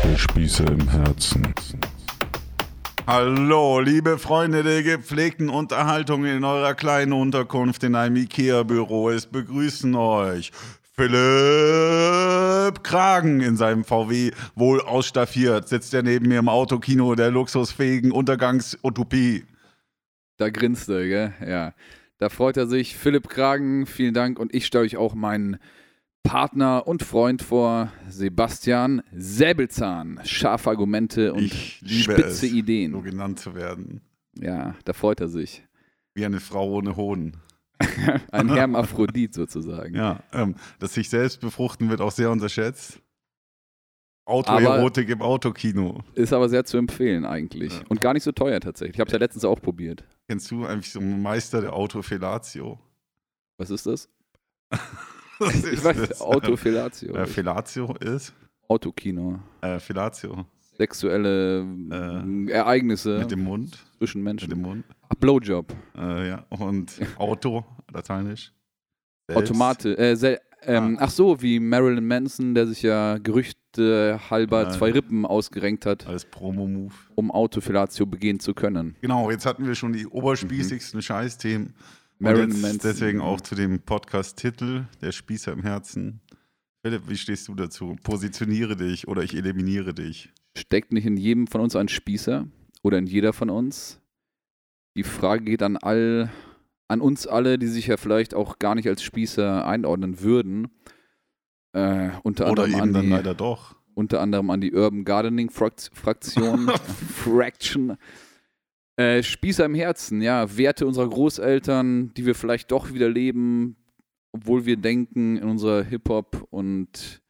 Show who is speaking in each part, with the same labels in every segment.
Speaker 1: Zwei Spieße im Herzen.
Speaker 2: Hallo, liebe Freunde der gepflegten Unterhaltung in eurer kleinen Unterkunft in einem IKEA-Büro. Es begrüßen euch Philipp Kragen in seinem VW wohl ausstaffiert. Sitzt er neben mir im Autokino der luxusfähigen Untergangsutopie.
Speaker 3: Da grinst er, gell? Ja. Da freut er sich. Philipp Kragen, vielen Dank. Und ich stelle euch auch meinen Partner und Freund vor, Sebastian Säbelzahn. Scharfe Argumente und
Speaker 2: ich liebe
Speaker 3: spitze
Speaker 2: es,
Speaker 3: Ideen.
Speaker 2: so genannt zu werden.
Speaker 3: Ja, da freut er sich.
Speaker 2: Wie eine Frau ohne Hoden.
Speaker 3: Ein Hermaphrodit sozusagen.
Speaker 2: Ja, ähm, dass sich selbst befruchten wird auch sehr unterschätzt. Autoerotik im Autokino.
Speaker 3: Ist aber sehr zu empfehlen eigentlich.
Speaker 2: Ja.
Speaker 3: Und gar nicht so teuer tatsächlich. Ich habe es ja letztens auch probiert.
Speaker 2: Kennst du eigentlich so einen Meister der Autofellatio?
Speaker 3: Was ist das?
Speaker 2: Was
Speaker 3: Ich
Speaker 2: ist
Speaker 3: weiß,
Speaker 2: das?
Speaker 3: Autofellatio.
Speaker 2: Äh, Fellatio ist
Speaker 3: Autokino.
Speaker 2: äh, Fellatio.
Speaker 3: Sexuelle
Speaker 2: Äh,
Speaker 3: äh, Ereignisse
Speaker 2: Mit dem Mund.
Speaker 3: zwischen
Speaker 2: Mit
Speaker 3: Menschen.
Speaker 2: dem Mund.
Speaker 3: Ach, Blowjob.
Speaker 2: Äh, ja. Und Auto, lateinisch. Selbst. Ah.
Speaker 3: Automate. Äh, sel- ähm, Ach so, wie Marilyn Manson, der sich ja Gerüchte halber
Speaker 2: Ja.
Speaker 3: zwei Rippen ausgerenkt hat,
Speaker 2: Als Promo-Move.
Speaker 3: um Autofellatio begehen zu können.
Speaker 2: Genau, jetzt hatten wir schon die oberspießigsten Scheißthemen.
Speaker 3: Mhm. Marilyn
Speaker 2: Und
Speaker 3: Manson.
Speaker 2: jetzt deswegen auch zu dem Podcast-Titel, der Spießer im Herzen. Philipp, wie stehst du dazu? Positioniere dich oder ich eliminiere dich.
Speaker 3: Steckt nicht in jedem von uns ein Spießer oder in jeder von uns? Die Frage geht an all, an uns alle, die sich ja vielleicht auch gar nicht als Spießer einordnen würden. Äh, unter
Speaker 2: Oder
Speaker 3: anderem
Speaker 2: eben
Speaker 3: an
Speaker 2: dann
Speaker 3: die,
Speaker 2: leider doch.
Speaker 3: unter anderem an die Urban Gardening Frax- Fraktion. Fraction. Äh, Spießer im Herzen, ja, Werte unserer Großeltern, die wir vielleicht doch wieder leben, obwohl wir denken, in unserer Hip-Hop und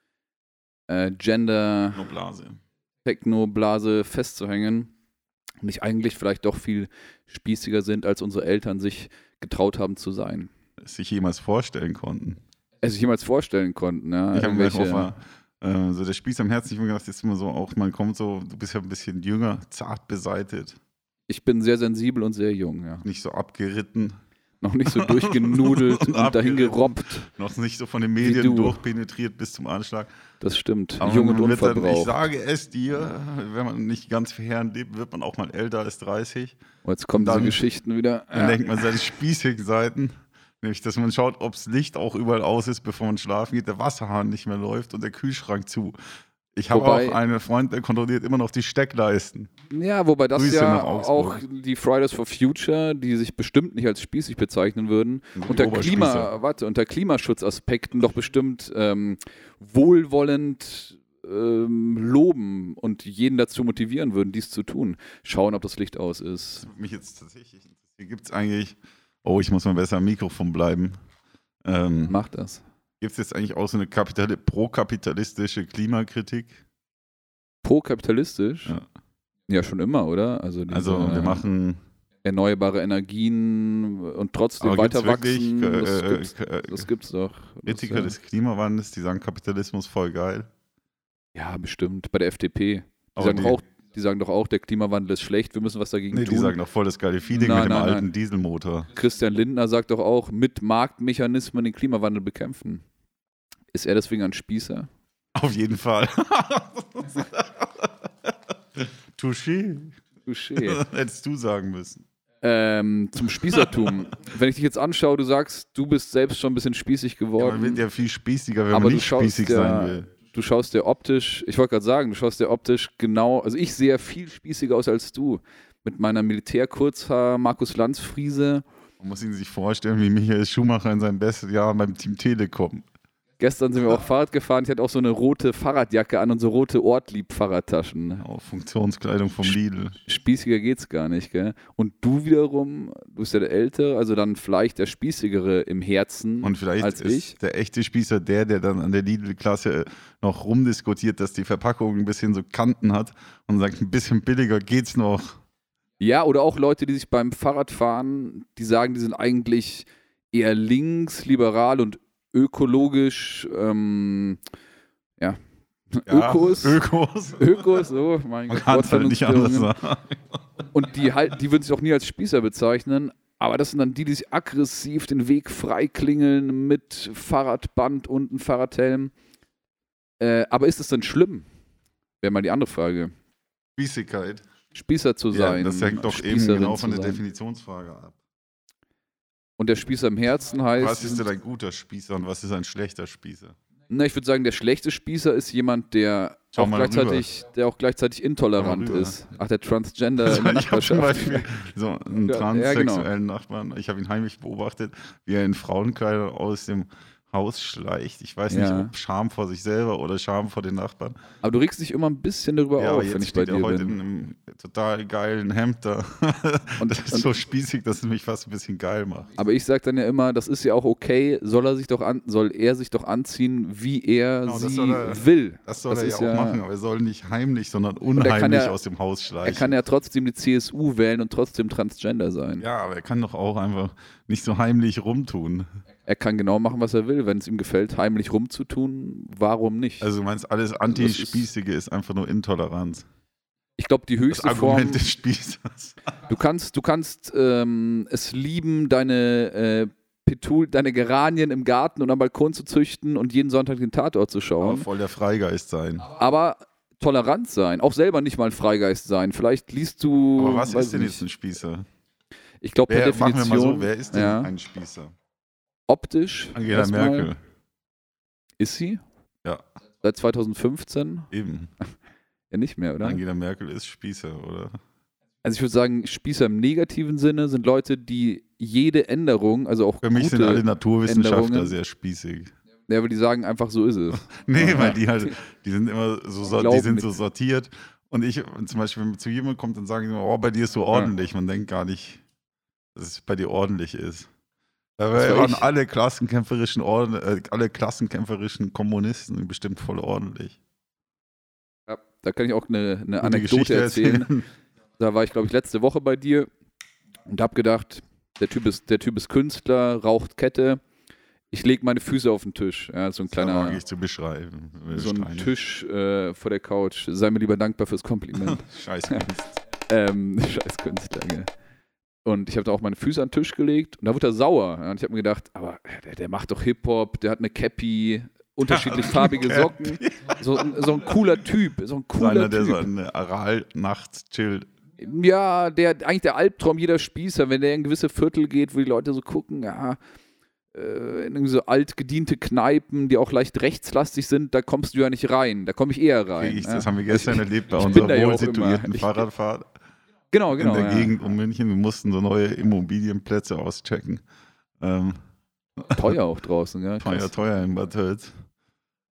Speaker 3: äh,
Speaker 2: Nur
Speaker 3: Gender
Speaker 2: Blase.
Speaker 3: Techno-Blase festzuhängen. Nicht eigentlich vielleicht doch viel spießiger sind, als unsere Eltern sich getraut haben zu sein.
Speaker 2: Es sich jemals vorstellen konnten.
Speaker 3: Es sich jemals vorstellen konnten, ja.
Speaker 2: Ich habe mir
Speaker 3: irgendwelche-
Speaker 2: gehofft, äh, so der Spieß am Herzen, ich habe mir gedacht, jetzt immer so auch, man kommt so, du bist ja ein bisschen jünger, zart beseitet,
Speaker 3: ich bin sehr sensibel und sehr jung, ja.
Speaker 2: nicht so abgeritten,
Speaker 3: Noch nicht so durchgenudelt
Speaker 2: Und
Speaker 3: und, dahin
Speaker 2: abgerissen.
Speaker 3: gerobbt.
Speaker 2: noch nicht so von den
Speaker 3: du.
Speaker 2: Medien durchpenetriert bis zum Anschlag.
Speaker 3: Das stimmt.
Speaker 2: Aber
Speaker 3: Jung und
Speaker 2: man wird dann, ich
Speaker 3: unverbraucht.
Speaker 2: sage es dir, wenn man nicht ganz verheerend lebt, wird man auch mal älter als 30.
Speaker 3: Oh, jetzt kommen
Speaker 2: dann-
Speaker 3: diese Geschichten wieder.
Speaker 2: Dann denkt man seine spießigen Seiten. Nämlich, dass man schaut, ob das Licht auch überall aus ist, bevor man schlafen geht, der Wasserhahn nicht mehr läuft und der Kühlschrank zu. Ich habe
Speaker 3: Wobei-
Speaker 2: auch einen Freund, der kontrolliert immer noch die Steckleisten.
Speaker 3: ja, wobei das
Speaker 2: Grüße
Speaker 3: ja
Speaker 2: nach Augsburg.
Speaker 3: auch die Fridays for Future, die sich bestimmt nicht als spießig bezeichnen würden,
Speaker 2: Die
Speaker 3: unter, Klima,
Speaker 2: Oberspießer.
Speaker 3: warte, unter Klimaschutzaspekten doch bestimmt ähm, wohlwollend ähm, loben und jeden dazu motivieren würden, dies zu tun. Schauen, ob das Licht aus ist.
Speaker 2: mich jetzt tatsächlich interessiert. Gibt es eigentlich, oh, ich muss mal besser am Mikrofon bleiben. Ähm,
Speaker 3: Macht das.
Speaker 2: Gibt es jetzt eigentlich auch so eine Kapital prokapitalistische Klimakritik?
Speaker 3: Pro-kapitalistisch?
Speaker 2: Ja.
Speaker 3: Ja. schon immer, oder? Also, diese-
Speaker 2: Also wir machen
Speaker 3: erneuerbare Energien und trotzdem
Speaker 2: aber gibt's
Speaker 3: weiter
Speaker 2: wirklich
Speaker 3: wachsen. das,
Speaker 2: äh,
Speaker 3: gibt's,
Speaker 2: äh, äh,
Speaker 3: das gibt's doch. Das,
Speaker 2: Kritiker
Speaker 3: äh,
Speaker 2: des Klimawandels, die sagen Kapitalismus voll geil.
Speaker 3: ja, bestimmt. Bei der FDP. Die
Speaker 2: Aber
Speaker 3: sagen,
Speaker 2: die,
Speaker 3: doch auch, die sagen doch auch, der Klimawandel ist schlecht, wir müssen was dagegen
Speaker 2: nee,
Speaker 3: tun.
Speaker 2: die sagen doch voll das geile Feeling
Speaker 3: Nein,
Speaker 2: mit dem
Speaker 3: nein,
Speaker 2: alten
Speaker 3: nein.
Speaker 2: Dieselmotor.
Speaker 3: Christian Lindner sagt doch auch, mit Marktmechanismen den Klimawandel bekämpfen. Ist er deswegen ein Spießer?
Speaker 2: Auf jeden Fall. Touché.
Speaker 3: Touché.
Speaker 2: Hättest du sagen müssen.
Speaker 3: ähm, zum Spießertum. Wenn ich dich jetzt anschaue, du sagst, du bist selbst schon ein bisschen spießig
Speaker 2: Ja, man
Speaker 3: geworden.
Speaker 2: wird ja viel spießiger, wenn
Speaker 3: Aber
Speaker 2: man
Speaker 3: du
Speaker 2: nicht
Speaker 3: schaust
Speaker 2: spießig
Speaker 3: ja-
Speaker 2: sein will.
Speaker 3: du schaust dir optisch, ich wollte gerade sagen, du schaust dir optisch genau, also ich sehe viel spießiger aus als du. Mit meiner Militärkurzhaar, Markus Lanz Friese.
Speaker 2: Man muss ihn sich vorstellen, wie Michael Schumacher in seinem besten Jahr beim Team Telekom.
Speaker 3: Gestern sind wir auch Fahrrad gefahren. Ich hatte auch so eine rote Fahrradjacke an und so rote Ortlieb-Fahrradtaschen.
Speaker 2: Auch Funktionskleidung vom Lidl.
Speaker 3: Spießiger geht's gar nicht, gell? Und du wiederum, du bist ja der Ältere, also dann vielleicht der Spießigere im Herzen
Speaker 2: Und vielleicht
Speaker 3: als
Speaker 2: ist
Speaker 3: ich.
Speaker 2: der echte Spießer der, der dann an der Lidl-Klasse noch rumdiskutiert, dass die Verpackung ein bisschen so Kanten hat und sagt, ein bisschen billiger geht's noch.
Speaker 3: Ja, oder auch Leute, die sich beim Fahrradfahren, die sagen, die sind eigentlich eher links, liberal und ökologisch, ähm, ja, Ökos.
Speaker 2: Ökos.
Speaker 3: Ökos, so, mein
Speaker 2: Man
Speaker 3: Gott.
Speaker 2: kann es halt nicht anders
Speaker 3: Wortfindungsstörungen.
Speaker 2: sagen.
Speaker 3: Und die, halt, die würden sich auch nie als Spießer bezeichnen, aber das sind dann die, die sich aggressiv den Weg freiklingeln mit Fahrradband und einem Fahrradhelm. Äh, aber ist es denn schlimm? Wäre mal die andere Frage.
Speaker 2: Spießigkeit.
Speaker 3: Spießer zu sein.
Speaker 2: ja, das hängt doch eben
Speaker 3: Spießerin
Speaker 2: genau
Speaker 3: zu
Speaker 2: von der
Speaker 3: sein.
Speaker 2: Definitionsfrage ab.
Speaker 3: Und der Spießer im Herzen heißt.
Speaker 2: Was ist denn ein guter Spießer und was ist ein schlechter Spießer?
Speaker 3: Na, ich würde sagen, der schlechte Spießer ist jemand, der
Speaker 2: Schau
Speaker 3: auch
Speaker 2: mal
Speaker 3: gleichzeitig, der auch gleichzeitig intolerant
Speaker 2: Schau mal rüber.
Speaker 3: ist. Ach, der Transgender in der
Speaker 2: Also ich habe zum
Speaker 3: Äh, Nachbarschaft.
Speaker 2: Beispiel so einen
Speaker 3: Ja, genau. ja,
Speaker 2: transsexuellen Nachbarn, ich habe ihn heimlich beobachtet, wie er in Frauenkleidern aus dem Haus schleicht. Ich weiß
Speaker 3: Ja.
Speaker 2: nicht, ob Scham vor sich selber oder Scham vor den Nachbarn.
Speaker 3: Aber du regst dich immer ein bisschen darüber
Speaker 2: ja, aber
Speaker 3: auf, wenn
Speaker 2: jetzt
Speaker 3: ich bei
Speaker 2: steht
Speaker 3: dir
Speaker 2: er heute
Speaker 3: bin.
Speaker 2: in einem total geilen Hemd da.
Speaker 3: Und-
Speaker 2: das ist
Speaker 3: und-
Speaker 2: so spießig, dass es mich fast ein bisschen geil macht.
Speaker 3: Aber ich sage dann ja immer, das ist ja auch okay, soll er sich doch an, soll er sich doch anziehen, wie er
Speaker 2: Genau, das
Speaker 3: sie
Speaker 2: soll er-
Speaker 3: will.
Speaker 2: Das soll
Speaker 3: Das
Speaker 2: er ja
Speaker 3: ist
Speaker 2: auch
Speaker 3: ja-
Speaker 2: machen, aber er soll nicht heimlich, sondern
Speaker 3: er kann
Speaker 2: unheimlich
Speaker 3: ja-
Speaker 2: aus dem Haus
Speaker 3: Er
Speaker 2: schleichen.
Speaker 3: kann ja trotzdem die CSU wählen und trotzdem Transgender sein.
Speaker 2: ja, aber er kann doch auch einfach nicht so heimlich rumtun.
Speaker 3: Er kann genau machen, was er will, wenn es ihm gefällt, heimlich rumzutun, warum nicht?
Speaker 2: Also du meinst, alles Antispießige ist einfach nur Intoleranz.
Speaker 3: ich glaube, die
Speaker 2: Das
Speaker 3: höchste Form.
Speaker 2: Argument des Spießers.
Speaker 3: Du kannst, du kannst ähm, es lieben, deine äh, Petul, deine Geranien im Garten und am Balkon zu züchten und jeden Sonntag den Tatort zu
Speaker 2: Aber
Speaker 3: schauen.
Speaker 2: voll der Freigeist sein.
Speaker 3: Aber tolerant sein, auch selber nicht mal ein Freigeist sein. Vielleicht liest du.
Speaker 2: Aber was
Speaker 3: weiß
Speaker 2: ist denn
Speaker 3: nicht.
Speaker 2: jetzt ein Spießer?
Speaker 3: Ich glaube, per
Speaker 2: Wer, machen wir
Speaker 3: Definition.
Speaker 2: mal so, wer ist denn
Speaker 3: ja,
Speaker 2: ein Spießer?
Speaker 3: optisch.
Speaker 2: Angela
Speaker 3: erstmal
Speaker 2: Merkel.
Speaker 3: Ist sie?
Speaker 2: Ja.
Speaker 3: Seit 2015?
Speaker 2: Eben.
Speaker 3: Ja, nicht mehr, oder?
Speaker 2: Angela Merkel ist Spießer, oder?
Speaker 3: Also, ich würde sagen, Spießer im negativen Sinne sind Leute, die jede Änderung, also auch
Speaker 2: Für mich
Speaker 3: gute,
Speaker 2: sind alle Naturwissenschaftler
Speaker 3: Änderungen.
Speaker 2: sehr spießig.
Speaker 3: ja, aber die sagen einfach, so ist es.
Speaker 2: Nee,
Speaker 3: Ja.
Speaker 2: weil die halt, die sind immer so, so, die
Speaker 3: Glauben
Speaker 2: sind so
Speaker 3: nicht.
Speaker 2: sortiert. Und ich und zum Beispiel, wenn zu jemandem kommt, dann sagen sie immer, oh, bei dir ist so ordentlich. Man denkt gar nicht, dass es bei dir ordentlich ist. Dabei
Speaker 3: war
Speaker 2: waren
Speaker 3: ich.
Speaker 2: alle klassenkämpferischen Orden, äh, alle klassenkämpferischen Kommunisten bestimmt voll ordentlich.
Speaker 3: Ja, da kann ich auch eine, eine
Speaker 2: Gute
Speaker 3: Anekdote
Speaker 2: Geschichte
Speaker 3: erzählen. Da war ich, glaube ich, letzte Woche bei dir und habe gedacht, der typ, ist, der typ ist Künstler, raucht Kette. Ich lege meine Füße auf den Tisch. Ja, so ein
Speaker 2: Kleiner, mag
Speaker 3: kleiner
Speaker 2: ich zu beschreiben.
Speaker 3: so ein
Speaker 2: Steine.
Speaker 3: Tisch äh, vor der Couch. Sei mir lieber dankbar fürs Kompliment.
Speaker 2: Scheiße.
Speaker 3: ähm, scheiß Künstler, gell. Und ich habe da auch meine Füße an den Tisch gelegt und da wurde er sauer. Ja, und ich habe mir gedacht, aber äh, der, der macht doch Hip-Hop, der hat eine Cappy, unterschiedlich farbige Socken. So, ein- so ein cooler Typ, so ein
Speaker 2: So
Speaker 3: cooler
Speaker 2: einer, der
Speaker 3: Typ.
Speaker 2: so eine Aral nachts chillt.
Speaker 3: Ja, der eigentlich der Albtraum jeder Spießer, wenn der in gewisse Viertel geht, wo die Leute so gucken, ja, äh, in irgendwie so alt gediente Kneipen, die auch leicht rechtslastig sind, da kommst du ja nicht rein, da komme ich eher rein.
Speaker 2: Ich,
Speaker 3: ja.
Speaker 2: das haben wir gestern erlebt bei
Speaker 3: ne? ich bin
Speaker 2: unserer
Speaker 3: da ja auch immer.
Speaker 2: wohlsituierten
Speaker 3: Ich-
Speaker 2: Fahrradfahrt.
Speaker 3: genau, genau.
Speaker 2: in der
Speaker 3: ja.
Speaker 2: Gegend um München. Wir mussten so neue Immobilienplätze auschecken. Ähm,
Speaker 3: Teuer auch draußen, ja.
Speaker 2: teuer,
Speaker 3: krass.
Speaker 2: teuer in Bad Tölz.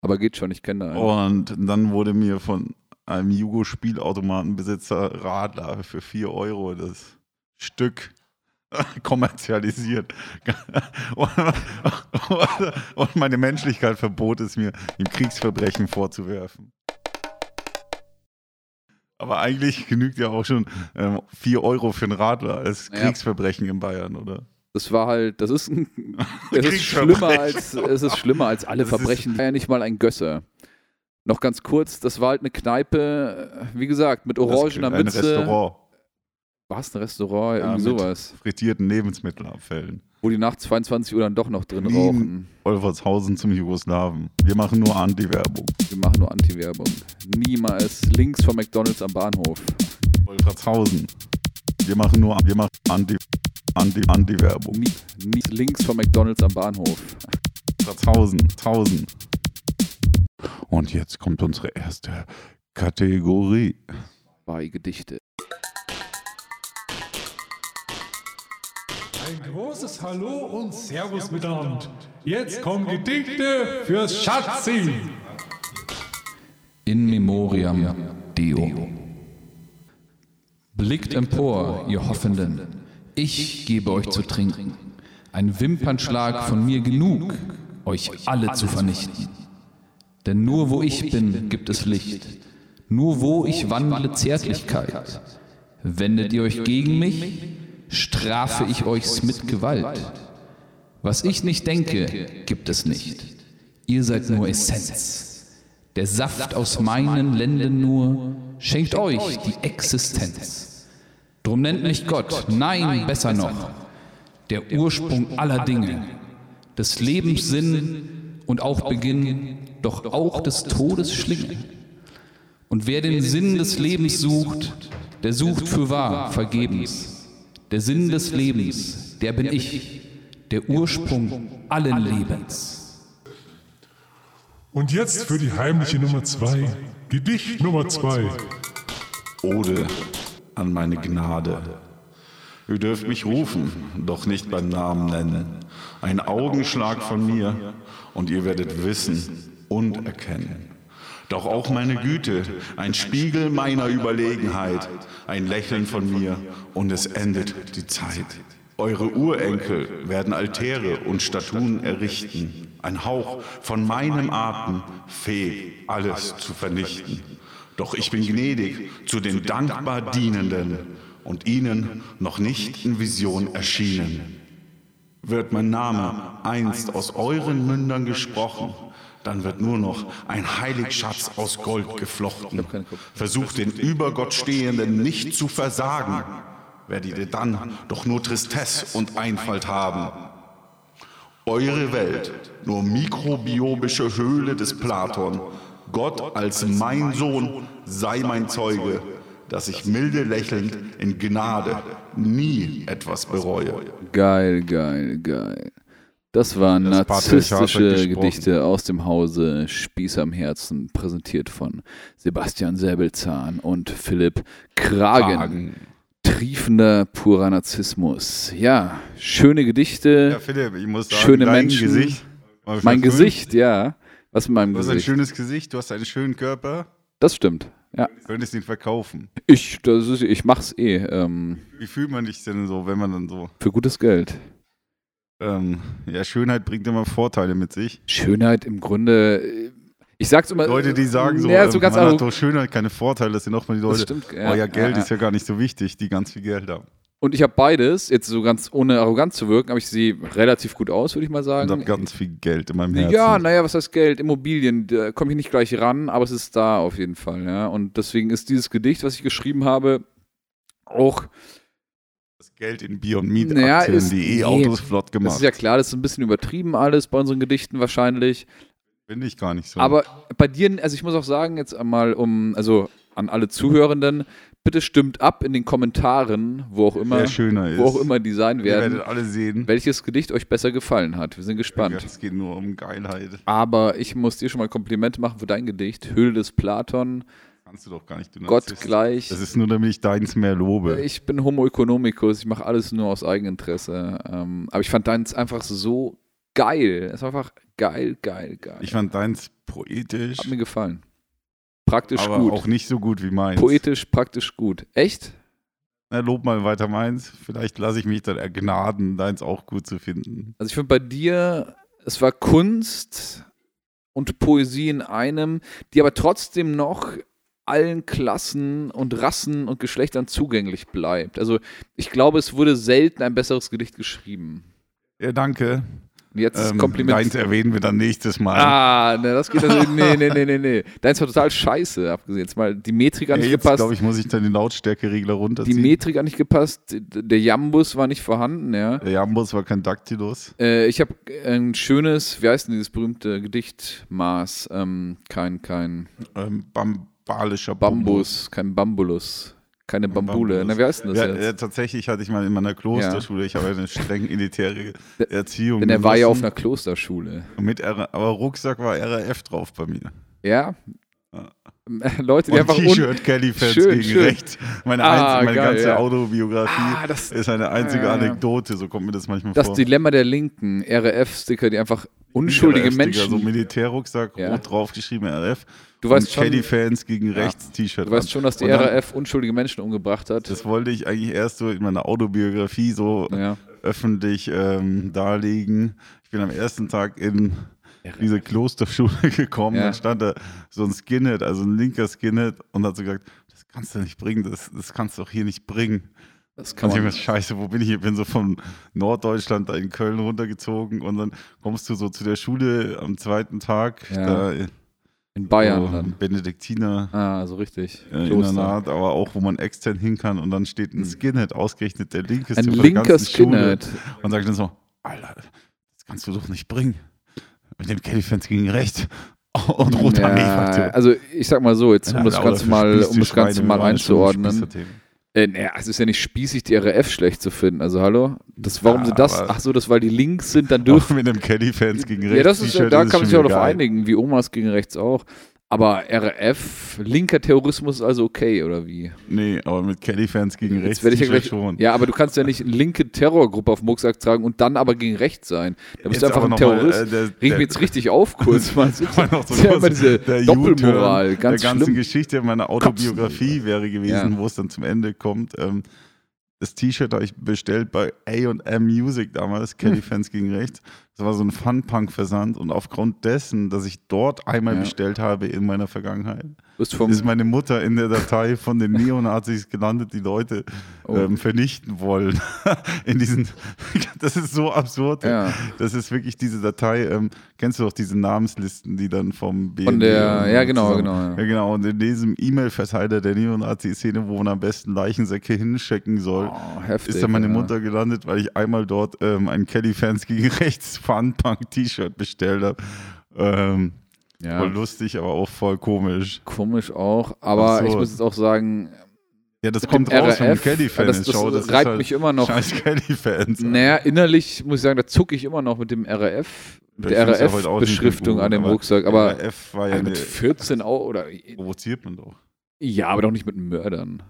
Speaker 3: Aber geht schon, ich kenne da einen.
Speaker 2: Und dann wurde mir von einem Jugo-Spielautomatenbesitzer Radler für 4 Euro das Stück kommerzialisiert. Und, und meine Menschlichkeit verbot es mir, ihm Kriegsverbrechen vorzuwerfen. Aber eigentlich genügt ja auch schon ähm, 4 Euro für einen Radler als
Speaker 3: Ja.
Speaker 2: Kriegsverbrechen in Bayern, oder?
Speaker 3: Das war halt, das ist ein, es ist
Speaker 2: Kriegsverbrechen.
Speaker 3: schlimmer als, es ist schlimmer als alle
Speaker 2: Das ist-
Speaker 3: Verbrechen. War ja nicht mal ein Gösser. Noch ganz kurz, das war halt eine Kneipe, wie gesagt, mit
Speaker 2: Das
Speaker 3: orangener
Speaker 2: ein
Speaker 3: Mütze.
Speaker 2: Restaurant,
Speaker 3: War es ein Restaurant?
Speaker 2: Ja,
Speaker 3: irgendwie
Speaker 2: mit-
Speaker 3: sowas.
Speaker 2: frittierten Lebensmittelabfällen.
Speaker 3: wo die nachts 22 Uhr dann doch noch drin
Speaker 2: Berlin.
Speaker 3: rauchen.
Speaker 2: Wolfertshausen zum Jugoslawen. Wir machen nur Anti-Werbung.
Speaker 3: Wir machen nur Anti-Werbung. Niemals links von McDonalds am Bahnhof.
Speaker 2: Wolfertshausen. Wir machen nur wir machen Anti, Anti, Anti-Werbung.
Speaker 3: Nie, nie links von McDonalds am Bahnhof.
Speaker 2: Wolfertshausen. Tausend. Und jetzt kommt unsere erste Kategorie.
Speaker 3: Bei Gedichte.
Speaker 4: Ein großes Hallo und Servus miteinander. Jetzt kommen Gedichte fürs Schatzi.
Speaker 5: In memoriam Deo. Blickt empor, ihr Hoffenden, ich gebe euch zu trinken. Ein Wimpernschlag von mir genug, euch alle zu vernichten. Denn nur wo ich bin, gibt es Licht. Nur wo ich wandle Zärtlichkeit. Wendet ihr euch gegen mich, strafe ich euch's mit Gewalt. Was ich nicht denke, gibt es nicht. Ihr seid nur Essenz. Der Saft aus meinen Lenden nur schenkt euch die Existenz. Drum nennt mich Gott, nein, besser noch, der Ursprung aller Dinge, des Lebens Sinn und auch Beginn, doch auch des Todes Schlinge. Und wer den Sinn des Lebens sucht, der sucht für wahr vergebens. Der Sinn des Lebens, der bin ich, der Ursprung allen Lebens.
Speaker 4: Und jetzt für die heimliche Nummer zwei. Gedicht Nummer zwei.
Speaker 2: Ode an meine Gnade. Ihr dürft mich rufen, doch nicht beim Namen nennen. Ein Augenschlag von mir und ihr werdet wissen und erkennen. Doch auch meine Güte, ein Spiegel meiner Überlegenheit, ein Lächeln von mir und es endet die Zeit. Eure Urenkel werden Altäre und Statuen errichten. Ein Hauch von meinem Atem fähig, alles zu vernichten. Doch ich bin gnädig zu den dankbar Dienenden und ihnen noch nicht in Vision erschienen. Wird mein Name einst aus euren Mündern gesprochen, dann wird nur noch ein Heiligschatz aus Gold geflochten. Versucht den über Gott Stehenden nicht zu versagen, werdet ihr dann doch nur Tristesse und Einfalt haben. Eure Welt, nur mikrobiobische Höhle des Platon, Gott als mein Sohn sei mein Zeuge, dass ich milde lächelnd in Gnade nie etwas bereue.
Speaker 3: Geil, geil, geil. Das waren
Speaker 2: Das Patriarchat hat
Speaker 3: narzisstische
Speaker 2: gesprochen.
Speaker 3: Gedichte aus dem Hause Spieß am Herzen, präsentiert von Sebastian Säbelzahn und Philipp Kragen. Triefender purer Narzissmus. Ja, schöne
Speaker 2: Ja,
Speaker 3: Gedichte.
Speaker 2: Philipp, ich muss sagen,
Speaker 3: Schöne
Speaker 2: dein
Speaker 3: Menschen.
Speaker 2: Gesicht. war
Speaker 3: mein
Speaker 2: schön.
Speaker 3: Gesicht, ja. Was mit meinem
Speaker 2: Du hast ein
Speaker 3: Gesicht?
Speaker 2: schönes Gesicht, du hast einen schönen Körper.
Speaker 3: Das stimmt. Ja,
Speaker 2: Du könntest ihn verkaufen.
Speaker 3: ich, das ist, ich mach's eh. Ähm,
Speaker 2: Wie fühlt man dich denn so, wenn man dann so.
Speaker 3: für gutes Geld.
Speaker 2: Ähm, ja, Schönheit bringt immer Vorteile mit sich.
Speaker 3: Schönheit im Grunde. äh, Ich sag's immer.
Speaker 2: Leute, die sagen so,
Speaker 3: Ja,
Speaker 2: ähm,
Speaker 3: so ganz
Speaker 2: man
Speaker 3: arro-
Speaker 2: hat doch Schönheit keine Vorteile. Das sind auch mal die
Speaker 3: Das
Speaker 2: Leute,
Speaker 3: stimmt.
Speaker 2: euer Geld
Speaker 3: ja,
Speaker 2: ist ja gar nicht so wichtig, die ganz viel Geld haben.
Speaker 3: Und ich habe beides, jetzt so ganz ohne arrogant zu wirken, aber ich sehe relativ gut aus, würde ich mal
Speaker 2: Und hab
Speaker 3: sagen.
Speaker 2: ganz viel Geld in meinem Herzen.
Speaker 3: Ja, naja, was heißt Geld? Immobilien, da komme ich nicht gleich ran, aber es ist da auf jeden Fall. Ja? Und deswegen ist dieses Gedicht, was ich geschrieben habe, auch,
Speaker 2: das Geld in Bier und
Speaker 3: Naja,
Speaker 2: Mietaktien,
Speaker 3: ist-
Speaker 2: die E-Autos flott
Speaker 3: das
Speaker 2: gemacht.
Speaker 3: ist ja klar, das ist ein bisschen übertrieben alles bei unseren Gedichten wahrscheinlich.
Speaker 2: Finde ich gar nicht so.
Speaker 3: Aber bei dir, also ich muss auch sagen, jetzt einmal um, also an alle Zuhörenden, bitte stimmt ab in den Kommentaren, wo auch immer,
Speaker 2: Wer schöner ist.
Speaker 3: wo auch immer die sein
Speaker 2: Ihr
Speaker 3: werden,
Speaker 2: werdet alle sehen.
Speaker 3: welches Gedicht euch besser gefallen hat. Wir sind gespannt.
Speaker 2: Es geht nur um Geilheit.
Speaker 3: Aber ich muss dir schon mal Komplimente machen für dein Gedicht. Höhle des Platon,
Speaker 2: Kannst du doch gar nicht. Du
Speaker 3: Gott
Speaker 2: Narzisst.
Speaker 3: gleich.
Speaker 2: Das ist nur, damit ich deins mehr lobe.
Speaker 3: Ich bin Homo economicus, ich mache alles nur aus Eigeninteresse. Ähm, aber ich fand deins einfach so geil. Es war einfach geil, geil, geil.
Speaker 2: Ich fand deins poetisch,
Speaker 3: Hat mir gefallen. Praktisch
Speaker 2: aber
Speaker 3: gut.
Speaker 2: auch nicht so gut wie meins.
Speaker 3: Poetisch, praktisch gut. Echt?
Speaker 2: Na, lob mal weiter meins. Vielleicht lasse ich mich dann ergnaden, deins auch gut zu finden.
Speaker 3: Also ich finde bei dir, es war Kunst und Poesie in einem, die aber trotzdem noch allen Klassen und Rassen und Geschlechtern zugänglich bleibt. Also ich glaube, es wurde selten ein besseres Gedicht geschrieben.
Speaker 2: Ja, danke.
Speaker 3: Und jetzt das
Speaker 2: Ähm,
Speaker 3: Kompliment.
Speaker 2: deins erwähnen wir dann nächstes Mal.
Speaker 3: Ah, ne, das geht also. Nee, nee, nee, nee, nee. Deins war total scheiße, abgesehen. Jetzt mal die Metrik
Speaker 2: ja,
Speaker 3: hat nicht
Speaker 2: jetzt
Speaker 3: gepasst.
Speaker 2: glaube ich, muss ich dann den Lautstärkeregler
Speaker 3: die
Speaker 2: runterziehen.
Speaker 3: Metrik hat nicht gepasst. Der Jambus war nicht vorhanden, ja.
Speaker 2: Der Jambus war kein Daktilus.
Speaker 3: Äh, ich habe ein schönes, wie heißt denn dieses berühmte Gedicht? Maß, ähm, kein, kein
Speaker 2: Ähm, bambalischer
Speaker 3: Bambus, kein Bambulus, keine Bambule.
Speaker 2: Bambulus.
Speaker 3: Na, wie heißt denn das
Speaker 2: Ja,
Speaker 3: jetzt?
Speaker 2: ja, tatsächlich hatte ich mal in meiner Klosterschule, ich habe eine streng elitäre Erziehung.
Speaker 3: Denn er war ja auf
Speaker 2: genossen.
Speaker 3: einer Klosterschule.
Speaker 2: Mit R aber Rucksack war RAF drauf bei mir.
Speaker 3: Ja?
Speaker 2: Ja.
Speaker 3: Leute, die
Speaker 2: Ah. Und
Speaker 3: einfach un
Speaker 2: T-Shirt Kelly Fans
Speaker 3: Schön,
Speaker 2: gegen
Speaker 3: schön.
Speaker 2: rechts. Meine,
Speaker 3: Ah,
Speaker 2: einzige, meine
Speaker 3: geil,
Speaker 2: ganze
Speaker 3: ja.
Speaker 2: Autobiografie
Speaker 3: Ah, das-
Speaker 2: ist eine einzige
Speaker 3: Ja, ja.
Speaker 2: Anekdote, so kommt mir das manchmal
Speaker 3: das
Speaker 2: vor.
Speaker 3: Dilemma der Linken, RAF-Sticker, die einfach unschuldige
Speaker 2: RAF, Digga,
Speaker 3: Menschen.
Speaker 2: So Militärrucksack,
Speaker 3: Ja.
Speaker 2: rot draufgeschrieben, RAF.
Speaker 3: Du weißt schon-
Speaker 2: Kelly Fans gegen
Speaker 3: Ja.
Speaker 2: rechts T-Shirt.
Speaker 3: du weißt
Speaker 2: an.
Speaker 3: schon, dass die
Speaker 2: Und dann-
Speaker 3: RAF unschuldige Menschen umgebracht hat.
Speaker 2: Das wollte ich eigentlich erst so in meiner Autobiografie so
Speaker 3: ja.
Speaker 2: öffentlich ähm, darlegen. Ich bin am ersten Tag in diese Klosterschule gekommen,
Speaker 3: Ja.
Speaker 2: dann stand da so ein Skinhead, also ein linker Skinhead und hat so gesagt, das kannst du nicht bringen, das, das kannst du auch hier nicht bringen.
Speaker 3: Das kann
Speaker 2: Und ich hab
Speaker 3: man.
Speaker 2: mir gedacht, scheiße, wo bin ich? Ich bin so von Norddeutschland da in Köln runtergezogen und dann kommst du so zu der Schule am zweiten Tag,
Speaker 3: Ja.
Speaker 2: da in
Speaker 3: In Bayern
Speaker 2: so
Speaker 3: dann.
Speaker 2: Benediktiner
Speaker 3: Ah, so richtig.
Speaker 2: äh,
Speaker 3: Kloster. Hm.
Speaker 2: Internat, aber auch wo man extern hin kann und dann steht ein Skinhead, ausgerechnet der linkeste
Speaker 3: Ein
Speaker 2: von der
Speaker 3: linker
Speaker 2: ganzen Schule.
Speaker 3: Skinhead.
Speaker 2: Und sagt dann so, Alter, das kannst du doch nicht bringen. Mit dem Kelly-Fans gegen rechts. und roter
Speaker 3: ja,
Speaker 2: Neger.
Speaker 3: also ich sag mal so, jetzt um das Ganze mal, um das Ganze mal einzuordnen. Äh, naja, es ist ja nicht spießig, die RAF schlecht zu finden. Also hallo, das, warum
Speaker 2: Ja,
Speaker 3: sie das?
Speaker 2: aber-
Speaker 3: Ach so, das weil die links sind, dann dürfen
Speaker 2: Dürfen mit einem Kelly-Fans gegen rechts.
Speaker 3: Ja, das ist,
Speaker 2: T-Shirt,
Speaker 3: da
Speaker 2: das
Speaker 3: kann man
Speaker 2: ist
Speaker 3: sich
Speaker 2: schon
Speaker 3: auch darauf
Speaker 2: wieder geil.
Speaker 3: einigen, wie Omas gegen rechts auch. Aber RF, linker Terrorismus ist also okay, oder wie?
Speaker 2: Nee, aber mit Kelly-Fans gegen rechts.
Speaker 3: Jetzt werde ich ja
Speaker 2: T-Shirt
Speaker 3: gleich.
Speaker 2: schon.
Speaker 3: Ja, aber du kannst ja nicht linke Terrorgruppe auf dem Rucksack tragen und dann aber gegen rechts sein. Da
Speaker 2: Jetzt
Speaker 3: bist du einfach
Speaker 2: aber noch
Speaker 3: ein
Speaker 2: mal,
Speaker 3: Terrorist.
Speaker 2: äh, der-
Speaker 3: Reg
Speaker 2: der-
Speaker 3: mich jetzt richtig auf, kurz mal. Das ist
Speaker 2: War noch so
Speaker 3: ja immer
Speaker 2: kurz
Speaker 3: diese
Speaker 2: der
Speaker 3: Doppelmoral,
Speaker 2: U-Turn
Speaker 3: ganz
Speaker 2: der ganzen
Speaker 3: schlimm.
Speaker 2: Geschichte meiner Autobiografie wäre gewesen,
Speaker 3: Ja.
Speaker 2: wo es dann zum Ende kommt. Ähm, das T-Shirt habe ich bestellt bei A&M Music damals,
Speaker 3: Hm.
Speaker 2: Kelly Fans gegen rechts. Das war so ein Fun-Punk-Versand und aufgrund dessen, dass ich dort einmal
Speaker 3: Ja.
Speaker 2: bestellt habe in meiner Vergangenheit,
Speaker 3: Du bist vom,
Speaker 2: ist meine Mutter in der Datei von den Neonazis gelandet, die Leute
Speaker 3: Oh.
Speaker 2: ähm, vernichten wollen. in diesen, das ist so absurd.
Speaker 3: Ja.
Speaker 2: Das ist wirklich diese Datei. Ähm, kennst du doch diese Namenslisten, die dann vom BND
Speaker 3: Von der-
Speaker 2: und
Speaker 3: ja, genau,
Speaker 2: zusammen-
Speaker 3: genau, ja.
Speaker 2: ja genau. Und in diesem E-Mail-Verteiler der Neonazi-Szene, wo man am besten Leichensäcke hinschicken soll,
Speaker 3: oh, heftig,
Speaker 2: ist dann meine
Speaker 3: ja.
Speaker 2: Mutter gelandet, weil ich einmal dort ähm, ein Kelly-Fans gegen rechts Fun-Punk-T-Shirt bestellt habe. Ähm,
Speaker 3: Ja.
Speaker 2: Voll lustig, aber auch voll komisch.
Speaker 3: Komisch auch, aber
Speaker 2: Ach so.
Speaker 3: ich muss jetzt auch sagen, ah,
Speaker 2: Ja, das kommt raus, wenn man Kelly-Fan
Speaker 3: das,
Speaker 2: ist.
Speaker 3: äh, das
Speaker 2: Schau,
Speaker 3: reibt
Speaker 2: ist halt
Speaker 3: mich immer noch.
Speaker 2: Scheiß Kelly-Fans.
Speaker 3: Naja, innerlich muss ich sagen, da zucke ich immer noch mit dem RAF,
Speaker 2: Das
Speaker 3: der
Speaker 2: find's ja heute auch nicht mehr
Speaker 3: RAF-Beschriftung
Speaker 2: gut,
Speaker 3: an dem
Speaker 2: aber
Speaker 3: Rucksack, aber
Speaker 2: RAF war ja
Speaker 3: also mit
Speaker 2: mit
Speaker 3: 14 auch, oder,
Speaker 2: provoziert man doch.
Speaker 3: ja, aber doch nicht mit Mördern.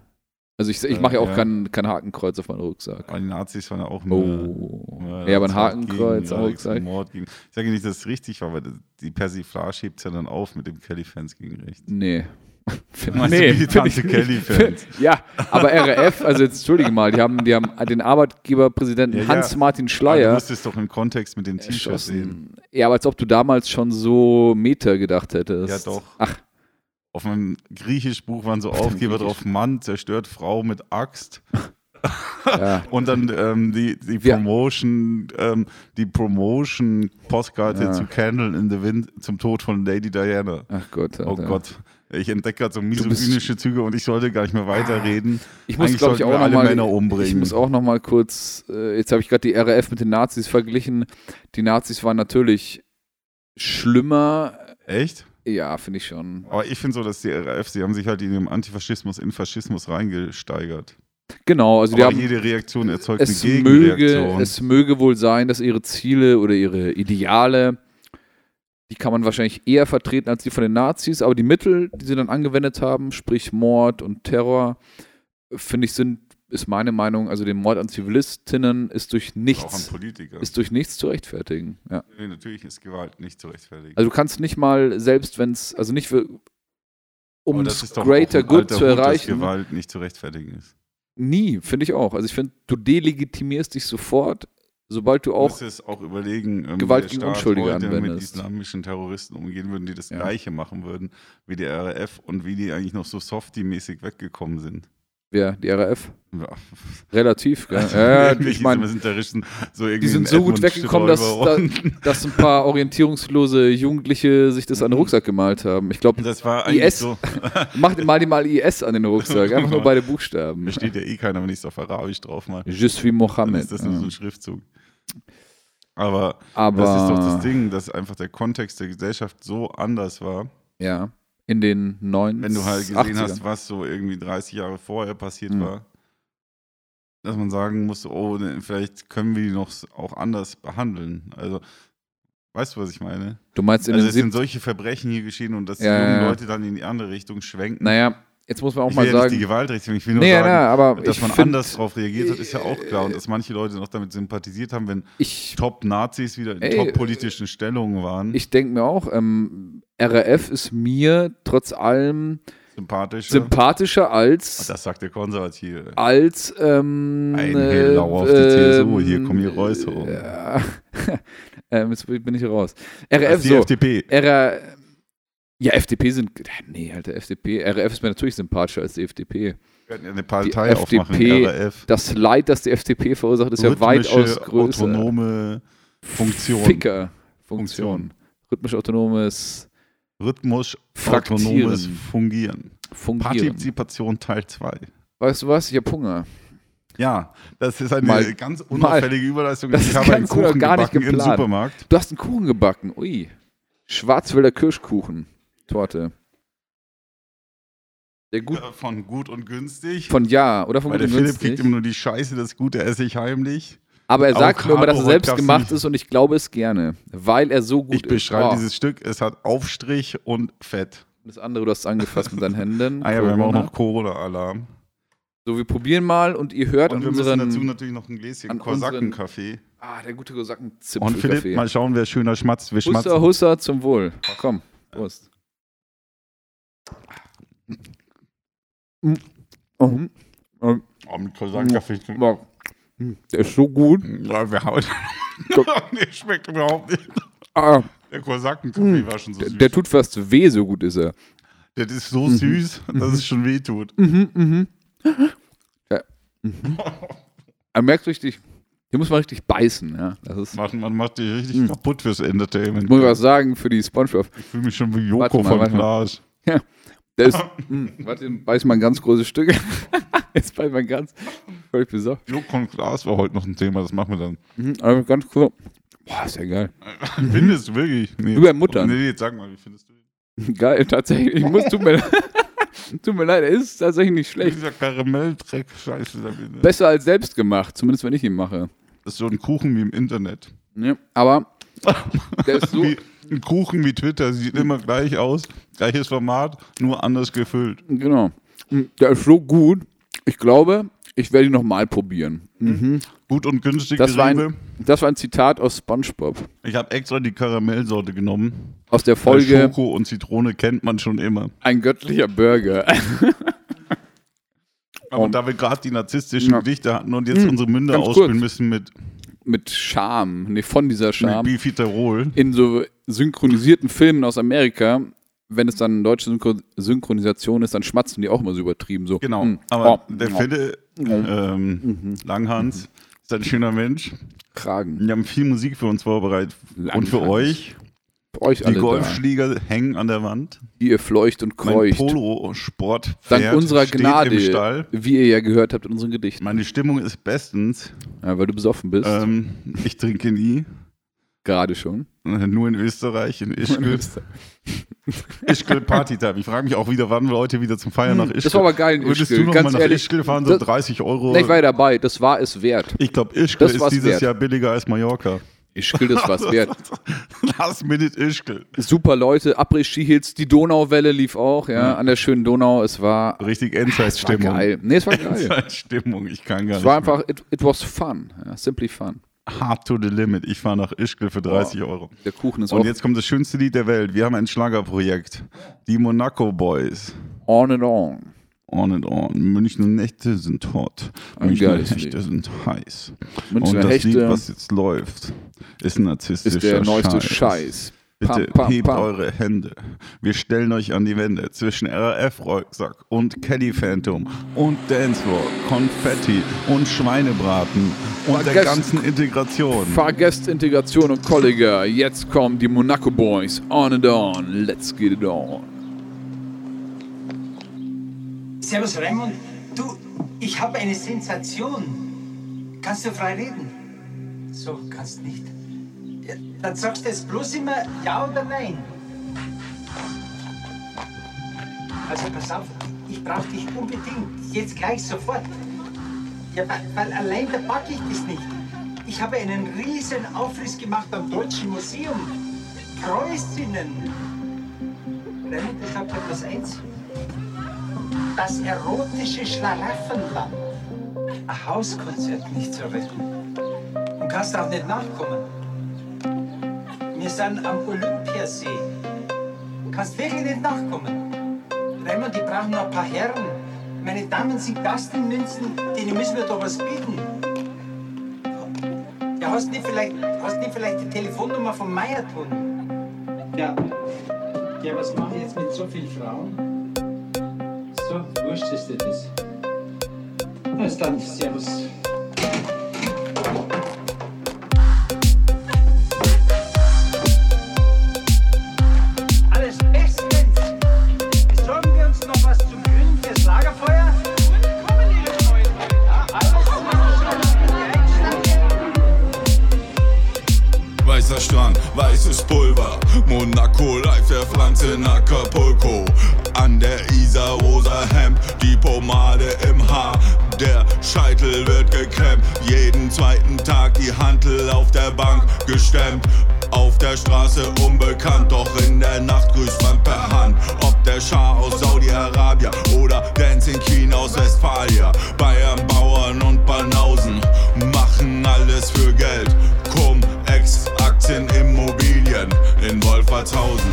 Speaker 3: Also ich, ich
Speaker 2: Äh,
Speaker 3: mache ja auch
Speaker 2: ja.
Speaker 3: kein, kein Hakenkreuz auf meinen Rucksack.
Speaker 2: Aber die Nazis waren ja auch
Speaker 3: Oh.
Speaker 2: Ja,
Speaker 3: Ja, aber
Speaker 2: das war
Speaker 3: ein
Speaker 2: gegen
Speaker 3: Hakenkreuz am
Speaker 2: Jahre zum
Speaker 3: Rucksack.
Speaker 2: Mord gegen. Ich sage nicht, dass es richtig war, weil das- die Persiflage hebt es ja dann auf mit dem Kelly-Fans gegen rechts.
Speaker 3: Nee.
Speaker 2: Meinst du, wie die
Speaker 3: find
Speaker 2: Tante
Speaker 3: nicht.
Speaker 2: Kelly-Fans?
Speaker 3: ja, aber RAF, also jetzt entschuldige mal, die haben, die haben den Arbeitgeberpräsidenten
Speaker 2: Ja, ja.
Speaker 3: Hans-Martin
Speaker 2: Aber Du
Speaker 3: Schleier
Speaker 2: musst es doch im Kontext mit dem T-Shirt sehen.
Speaker 3: erschossen. Ja, aber als ob du damals schon so Meter gedacht hättest.
Speaker 2: Ja, doch.
Speaker 3: Ach,
Speaker 2: Auf meinem Griechisch-Buch waren so Aufgeber drauf: Mann zerstört Frau mit Axt.
Speaker 3: ja.
Speaker 2: Und dann ähm, die, die
Speaker 3: Wir-
Speaker 2: Promotion, ähm, die Promotion-Postkarte
Speaker 3: Ja.
Speaker 2: zu Candle in the Wind zum Tod von Lady Diana.
Speaker 3: Ach Gott.
Speaker 2: Oh
Speaker 3: Alter.
Speaker 2: Gott. Ich entdecke gerade so
Speaker 3: bist-
Speaker 2: misogynische Züge und ich sollte gar nicht mehr weiterreden.
Speaker 3: Ich muss,
Speaker 2: Eigentlich
Speaker 3: glaube ich,
Speaker 2: sollten
Speaker 3: auch
Speaker 2: wir
Speaker 3: noch
Speaker 2: alle
Speaker 3: mal,
Speaker 2: Männer umbringen.
Speaker 3: Ich muss auch noch mal kurz, äh, jetzt habe ich gerade die RAF mit den Nazis verglichen. Die Nazis waren natürlich schlimmer.
Speaker 2: Echt?
Speaker 3: Ja, finde ich schon.
Speaker 2: Aber ich finde so, dass die RAF, sie haben sich halt in dem Antifaschismus in Faschismus reingesteigert.
Speaker 3: Genau, also die
Speaker 2: Aber
Speaker 3: haben,
Speaker 2: jede Reaktion erzeugt
Speaker 3: es
Speaker 2: eine
Speaker 3: möge,
Speaker 2: Gegenreaktion.
Speaker 3: es möge wohl sein, dass ihre Ziele oder ihre Ideale, die kann man wahrscheinlich eher vertreten als die von den Nazis, aber die Mittel, die sie dann angewendet haben, sprich Mord und Terror, finde ich, sind, ist meine Meinung, also den Mord an Zivilistinnen ist durch
Speaker 2: auch an
Speaker 3: nichts
Speaker 2: Politiker.
Speaker 3: ist durch nichts zu rechtfertigen. Ja.
Speaker 2: nee, natürlich ist Gewalt nicht zu rechtfertigen.
Speaker 3: Also du kannst nicht mal, selbst wenn es, also nicht, für, um
Speaker 2: Aber
Speaker 3: das
Speaker 2: ist doch
Speaker 3: Greater
Speaker 2: auch ein
Speaker 3: Good
Speaker 2: alter
Speaker 3: zu
Speaker 2: Hut, Dass
Speaker 3: erreichen,
Speaker 2: Gewalt nicht zu rechtfertigen ist.
Speaker 3: nie, finde ich auch. Also ich finde, du delegitimierst dich sofort, sobald du
Speaker 2: auch
Speaker 3: auch,
Speaker 2: müsstest auch überlegen, ähm,
Speaker 3: Gewalt
Speaker 2: wie der
Speaker 3: gegen
Speaker 2: Staat
Speaker 3: Unschuldige
Speaker 2: heute mit
Speaker 3: anwendest.
Speaker 2: islamischen Terroristen umgehen würden, die das
Speaker 3: Ja.
Speaker 2: Gleiche machen würden wie die RAF und wie die eigentlich noch so softy-mäßig weggekommen sind.
Speaker 3: ja, die RAF,
Speaker 2: Ja.
Speaker 3: relativ, gell? Ja, ja, ich meine,
Speaker 2: Also sind so irgendwie
Speaker 3: die sind
Speaker 2: ein
Speaker 3: so gut
Speaker 2: Edmund
Speaker 3: weggekommen, dass,
Speaker 2: Stoiber
Speaker 3: da,
Speaker 2: und-
Speaker 3: dass ein paar orientierungslose Jugendliche sich das an den Rucksack gemalt haben. Ich glaube,
Speaker 2: das war eigentlich
Speaker 3: IS.
Speaker 2: so,
Speaker 3: mach dir mal die mal IS an den Rucksack, einfach nur beide Buchstaben.
Speaker 2: da steht ja eh keiner, wenn Genau. ich es auf Arabisch drauf mache.
Speaker 3: Je suis
Speaker 2: Dann
Speaker 3: Mohammed.
Speaker 2: ist das nur so
Speaker 3: Ja.
Speaker 2: ein Schriftzug. Aber,
Speaker 3: Aber
Speaker 2: das ist doch das Ding, dass einfach der Kontext der Gesellschaft so anders war,
Speaker 3: Ja, in den 90
Speaker 2: wenn du halt gesehen hast, was so irgendwie 30 Jahre vorher passiert
Speaker 3: Mhm.
Speaker 2: war, dass man sagen muss, oh, ne, vielleicht können wir die noch s- auch anders behandeln. Also, weißt du, was ich meine?
Speaker 3: Du meinst in
Speaker 2: Also, es
Speaker 3: den
Speaker 2: sind
Speaker 3: 70
Speaker 2: solche Verbrechen hier geschehen und dass die
Speaker 3: Ja, ja,
Speaker 2: jungen
Speaker 3: ja.
Speaker 2: Leute dann in die andere Richtung schwenken.
Speaker 3: Naja, jetzt muss man auch
Speaker 2: ich will
Speaker 3: mal
Speaker 2: ja nicht die
Speaker 3: sagen.
Speaker 2: Gewalt richten, ich will nur
Speaker 3: Nee, ja,
Speaker 2: sagen,
Speaker 3: na, aber
Speaker 2: dass
Speaker 3: ich
Speaker 2: man
Speaker 3: find,
Speaker 2: anders darauf reagiert hat, ist ja auch klar. Und dass manche Leute noch damit sympathisiert haben, wenn
Speaker 3: Ich,
Speaker 2: Top-Nazis wieder in
Speaker 3: Ey,
Speaker 2: top-politischen Stellungen waren.
Speaker 3: ich denke mir auch, ähm, RAF ist mir trotz allem
Speaker 2: sympathischer. Ah,
Speaker 3: sympathischer als,
Speaker 2: das sagt der Konservative.
Speaker 3: als ähm,
Speaker 2: Ein
Speaker 3: äh, ähm,
Speaker 2: Hellau auf die CSU, hier kommen die Reus rum.
Speaker 3: Ja. ähm, jetzt bin ich raus. RAF
Speaker 2: Als Äh, die
Speaker 3: so.
Speaker 2: FDP.
Speaker 3: RA, ja, FDP sind. Nee, halt, Alter, FDP. RAF ist mir natürlich sympathischer als die FDP.
Speaker 2: Wir könnten ja eine Partei
Speaker 3: Die
Speaker 2: aufmachen,
Speaker 3: FDP
Speaker 2: RAF.
Speaker 3: Das Leid, das die FDP verursacht, ist ja
Speaker 2: Rhythmische,
Speaker 3: weitaus größer.
Speaker 2: autonome Funktion.
Speaker 3: Ficker. Funktion. Rhythmisch autonomes
Speaker 2: Rhythmus,
Speaker 3: Fraktieren.
Speaker 2: autonomes Fungieren.
Speaker 3: Fungieren.
Speaker 2: Partizipation Teil 2.
Speaker 3: Weißt du was? Ich hab Hunger.
Speaker 2: Ja, das ist eine
Speaker 3: Mal-
Speaker 2: ganz unauffällige Überleistung.
Speaker 3: Das
Speaker 2: ich
Speaker 3: ist
Speaker 2: habe einen
Speaker 3: ganz oder
Speaker 2: Kuchen
Speaker 3: gar nicht
Speaker 2: gebacken im
Speaker 3: geplant.
Speaker 2: Supermarkt.
Speaker 3: Du hast einen Kuchen gebacken. Ui. Schwarzwälder Kirschkuchen. Torte. Der gut
Speaker 2: Äh, Von gut und günstig.
Speaker 3: von ja oder von
Speaker 2: Weil
Speaker 3: gut
Speaker 2: der
Speaker 3: und
Speaker 2: Philipp kriegt
Speaker 3: günstig.
Speaker 2: immer nur die Scheiße, das Gute esse ich heimlich.
Speaker 3: Aber er sagt
Speaker 2: Avocado
Speaker 3: mir immer, dass er
Speaker 2: heute
Speaker 3: selbst
Speaker 2: gab's
Speaker 3: gemacht
Speaker 2: nicht.
Speaker 3: ist und ich glaube es gerne, weil er so gut
Speaker 2: ich beschreibe
Speaker 3: ist. Oh,
Speaker 2: dieses Stück, es hat Aufstrich und Fett.
Speaker 3: Das andere, du hast es angefasst mit deinen Händen.
Speaker 2: Ah ja, wir haben auch noch Corona-Alarm.
Speaker 3: So, wir probieren mal und ihr hört
Speaker 2: Und wir
Speaker 3: an
Speaker 2: müssen
Speaker 3: unseren.
Speaker 2: dazu natürlich noch ein Gläschen
Speaker 3: an unseren-
Speaker 2: Korsakenkaffee.
Speaker 3: ah, der gute
Speaker 2: Und Philipp,
Speaker 3: Kosaken-Zipfelkaffee.
Speaker 2: mal schauen, wer schöner schmatzt. Wir
Speaker 3: Huster,
Speaker 2: schmatzen.
Speaker 3: Huster, zum Wohl. Komm, Prost.
Speaker 2: Mm.
Speaker 3: Mhm.
Speaker 2: Oh, mit Korsakenkaffee.
Speaker 3: Boah. Der ist so gut.
Speaker 2: Ja, wir hauen. nee, schmeckt überhaupt nicht.
Speaker 3: Ah,
Speaker 2: Der Korsakenkaffee war schon so
Speaker 3: Hm. der, Mhm.
Speaker 2: süß.
Speaker 3: der tut fast weh, so gut ist er.
Speaker 2: das ist so süß, dass es schon weh tut.
Speaker 3: Mhm. Er merkt richtig, hier muss man richtig beißen. Ja? Das ist,
Speaker 2: Man, man macht dich richtig kaputt fürs Entertainment.
Speaker 3: Mhm. muss ich was sagen für die Spongebob.
Speaker 2: Ich fühle mich schon wie
Speaker 3: Warte
Speaker 2: Joko
Speaker 3: mal,
Speaker 2: von
Speaker 3: warte mal.
Speaker 2: Glas.
Speaker 3: Der ist, mh, warte, den beiß mal ein ganz großes Stück. Jetzt beiß mal ein ganz, völlig besorgt.
Speaker 2: Joko von Glas war heute noch ein Thema, das machen wir dann.
Speaker 3: Mhm, aber ganz cool. Boah, ist ja geil. Mhm.
Speaker 2: Findest du wirklich? Nee.
Speaker 3: Übermuttern.
Speaker 2: Nee, jetzt sag mal, wie findest du den?
Speaker 3: Geil, tatsächlich. Ich muss, tut mir, tut mir leid, er ist tatsächlich nicht schlecht.
Speaker 2: Dieser Karamelldreck, scheiße. da bin ich.
Speaker 3: Besser als selbst gemacht, zumindest wenn ich ihn mache.
Speaker 2: Das ist so ein Kuchen wie im Internet.
Speaker 3: Ne? Aber der ist so,
Speaker 2: Wie, ein Kuchen wie Twitter sieht
Speaker 3: Hm.
Speaker 2: immer gleich aus, gleiches Format, nur anders gefüllt.
Speaker 3: genau. Der ist so gut. Ich glaube, ich werde ihn nochmal probieren. Mhm.
Speaker 2: Gut und günstig,
Speaker 3: Das
Speaker 2: die
Speaker 3: war,
Speaker 2: Rewe.
Speaker 3: ein, das war ein Zitat aus SpongeBob.
Speaker 2: Ich habe extra die Karamellsorte genommen.
Speaker 3: Aus der
Speaker 2: Weil
Speaker 3: Folge
Speaker 2: Schoko und Zitrone kennt man schon immer.
Speaker 3: Ein göttlicher Burger.
Speaker 2: Aber
Speaker 3: Oh.
Speaker 2: da wir gerade die narzisstischen
Speaker 3: Ja. Hm,
Speaker 2: Gedichte hatten und jetzt unsere Münder
Speaker 3: ganz
Speaker 2: ausspülen
Speaker 3: kurz.
Speaker 2: müssen mit,
Speaker 3: Mit Charme. Nee, von dieser
Speaker 2: mit
Speaker 3: Charme.
Speaker 2: Bifiterol.
Speaker 3: In so synchronisierten Filmen aus Amerika, wenn es dann deutsche Synchro Synchronisation ist, dann schmatzen die auch immer so übertrieben. So.
Speaker 2: Genau.
Speaker 3: Mm.
Speaker 2: Aber
Speaker 3: Oh, Mhm.
Speaker 2: der
Speaker 3: oh,
Speaker 2: Fille, ähm, Langhans, ist ein schöner Mensch.
Speaker 3: Kragen.
Speaker 2: Wir haben viel Musik für uns vorbereitet. Und
Speaker 3: Langhans.
Speaker 2: für euch.
Speaker 3: Für euch
Speaker 2: Die
Speaker 3: alle da,
Speaker 2: Golfschläger hängen an der Wand.
Speaker 3: die ihr fleucht und
Speaker 2: Mein
Speaker 3: keucht.
Speaker 2: Polo-Sport
Speaker 3: Dank unserer
Speaker 2: steht im
Speaker 3: Gnade,
Speaker 2: Stall.
Speaker 3: wie ihr ja gehört habt in unseren Gedichten.
Speaker 2: Meine Stimmung ist bestens.
Speaker 3: Ja, weil du besoffen bist,
Speaker 2: Ähm, ich trinke nie.
Speaker 3: gerade schon.
Speaker 2: Äh, Nur in Österreich, in Ischgl. Ischgel Partytime. Ich frage mich auch wieder, wann Leute wieder zum Feiern nach Ischgl.
Speaker 3: Hm, Das war aber geil in
Speaker 2: Würdest
Speaker 3: Ischgl,
Speaker 2: du noch
Speaker 3: ganz
Speaker 2: mal nach
Speaker 3: ehrlich.
Speaker 2: Ischgl fahren, so
Speaker 3: Das-
Speaker 2: 30 Euro?
Speaker 3: Nee, ich war ja dabei, das war es wert.
Speaker 2: ich glaube, Ischgl
Speaker 3: Das
Speaker 2: ist
Speaker 3: war's
Speaker 2: dieses
Speaker 3: wert.
Speaker 2: Jahr billiger als Mallorca.
Speaker 3: Ich will das was wert.
Speaker 2: Last Minute Ischgl.
Speaker 3: Super Leute, Après-Ski-Hits, die Donauwelle lief auch, ja, an der schönen Donau. Es war
Speaker 2: Richtig
Speaker 3: War
Speaker 2: Endzeitstimmung.
Speaker 3: geil. Nee, es war geil.
Speaker 2: Endzeitstimmung, ich kann gar
Speaker 3: Es
Speaker 2: nicht.
Speaker 3: war einfach, it, it was fun. Ja, simply fun.
Speaker 2: mehr. hard to the limit. Ich fahre nach Ischgl für 30 Euro.
Speaker 3: Der Kuchen ist
Speaker 2: Und
Speaker 3: auch
Speaker 2: jetzt kommt das schönste Lied der Welt. Wir haben ein Schlagerprojekt. Die Monaco Boys.
Speaker 3: on and on.
Speaker 2: On and on. Münchner Nächte sind hot.
Speaker 3: Ein
Speaker 2: Münchner
Speaker 3: geiles
Speaker 2: Nächte
Speaker 3: Lied.
Speaker 2: sind heiß.
Speaker 3: Münchner
Speaker 2: und das
Speaker 3: Hechte
Speaker 2: Lied, was jetzt läuft, ist ein narzisstischer
Speaker 3: ist der neueste
Speaker 2: Scheiß.
Speaker 3: Scheiß.
Speaker 2: Bitte
Speaker 3: Pam, pam,
Speaker 2: hebt
Speaker 3: pam.
Speaker 2: eure Hände. Wir stellen euch an die Wände zwischen RAF-Rucksack und Caddy Phantom und Dancefloor, Konfetti und Schweinebraten und der
Speaker 3: Vergessen-
Speaker 2: ganzen Integration.
Speaker 3: Fahrgäste, Integration und Kollege. Jetzt kommen die Monaco Boys. On and on. Let's get it on.
Speaker 6: Servus Raimund, du, ich habe eine Sensation. Kannst du frei reden? So, kannst nicht. Ja, dann sagst du jetzt bloß immer ja oder nein. Also pass auf, ich brauche dich unbedingt. Jetzt gleich sofort. Ja, weil, weil allein da packe ich das nicht. Ich habe einen riesen Aufriss gemacht am Deutschen Museum. Kreuzinnen. Raimund, ich habe etwas eins. Das erotische Schlaraffenland. Ein Hauskonzert nicht zu retten. Und kannst auch nicht nachkommen. Wir sind am Olympiasee. Kannst wirklich nicht nachkommen. Raimund, die brauchen noch ein paar Herren. Meine Damen sind Gastmünzen, denen müssen wir doch was bieten. Ja, hast nicht vielleicht, hast nicht vielleicht die Telefonnummer von Meierton? Ja. Ja, was mache ich jetzt mit so vielen Frauen? So, wurscht ist dir das. Na, ist dann, servus. Alles bestens. Besorgen wir uns noch was zum Glühen fürs Lagerfeuer. Und kommen Ihre neuen Leute. Ja, alles schon.
Speaker 7: Weißer Strand, weißes Pulver, Monaco in Acapulco, an der Isar rosa Hemd, die Pomade im Haar, der Scheitel wird geklemmt, jeden zweiten Tag die Hantel auf der Bank gestemmt. Auf der Straße unbekannt, doch in der Nacht grüßt man per Hand. Ob der Schar aus Saudi-Arabien oder Dancing Queen aus Westfalia, Bayern, Bauern und Banausen machen alles für Geld. Cum, Ex, Aktien, Immobilien in Wolfertshausen.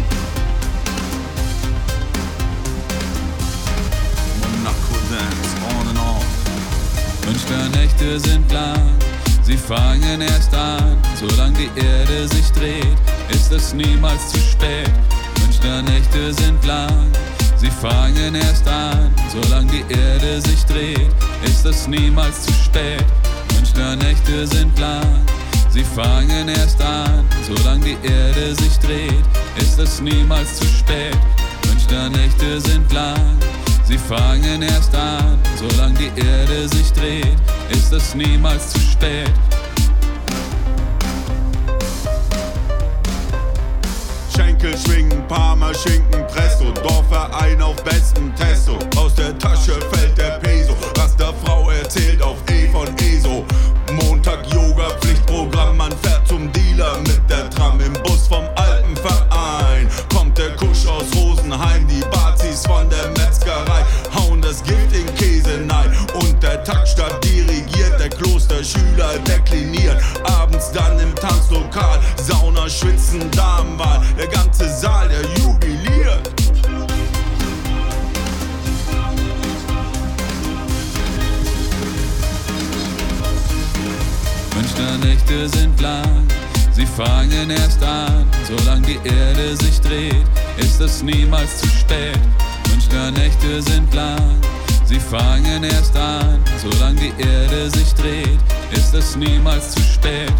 Speaker 7: Monaco Dance, on and on.
Speaker 5: Münchner Nächte sind lang, sie fangen erst an. Solange die Erde sich dreht, ist es niemals zu spät. Münchner Nächte sind lang, sie fangen erst an. Solange die Erde sich dreht, ist es niemals zu spät. Münchner Nächte sind lang, sie fangen erst an. Solange die Erde sich dreht, ist es niemals zu spät. Münchner Nächte sind lang, sie fangen erst an. Solange die Erde sich dreht, ist es niemals zu spät.
Speaker 7: Schenkel schwingen, Parma Schinken, Presto, Dorfverein auf besten Testo. Aus der Tasche fällt der Peso, Rasterfrau erzählt auf E von ESO. Montag Yoga, Pflichtprogramm, man fährt zum Dealer mit der Tram im Bus vom Alpenverein. Kommt der Kusch aus Rosenheim, die Bazis von der Metzgerei hauen das Gift in Käse nein. Und der Taktstab dirigiert, der Klosterschüler dekliniert. Abends dann im Tanzlokal, Sauna, Schwitzen, Damenwahl. Der ganze Saal, der jubiliert.
Speaker 5: Münchner Nächte sind lang, sie fangen erst an. Solange die Erde sich dreht, ist es niemals zu spät. Münchner Nächte sind lang, sie fangen erst an. Solange die Erde sich dreht, ist es niemals zu spät.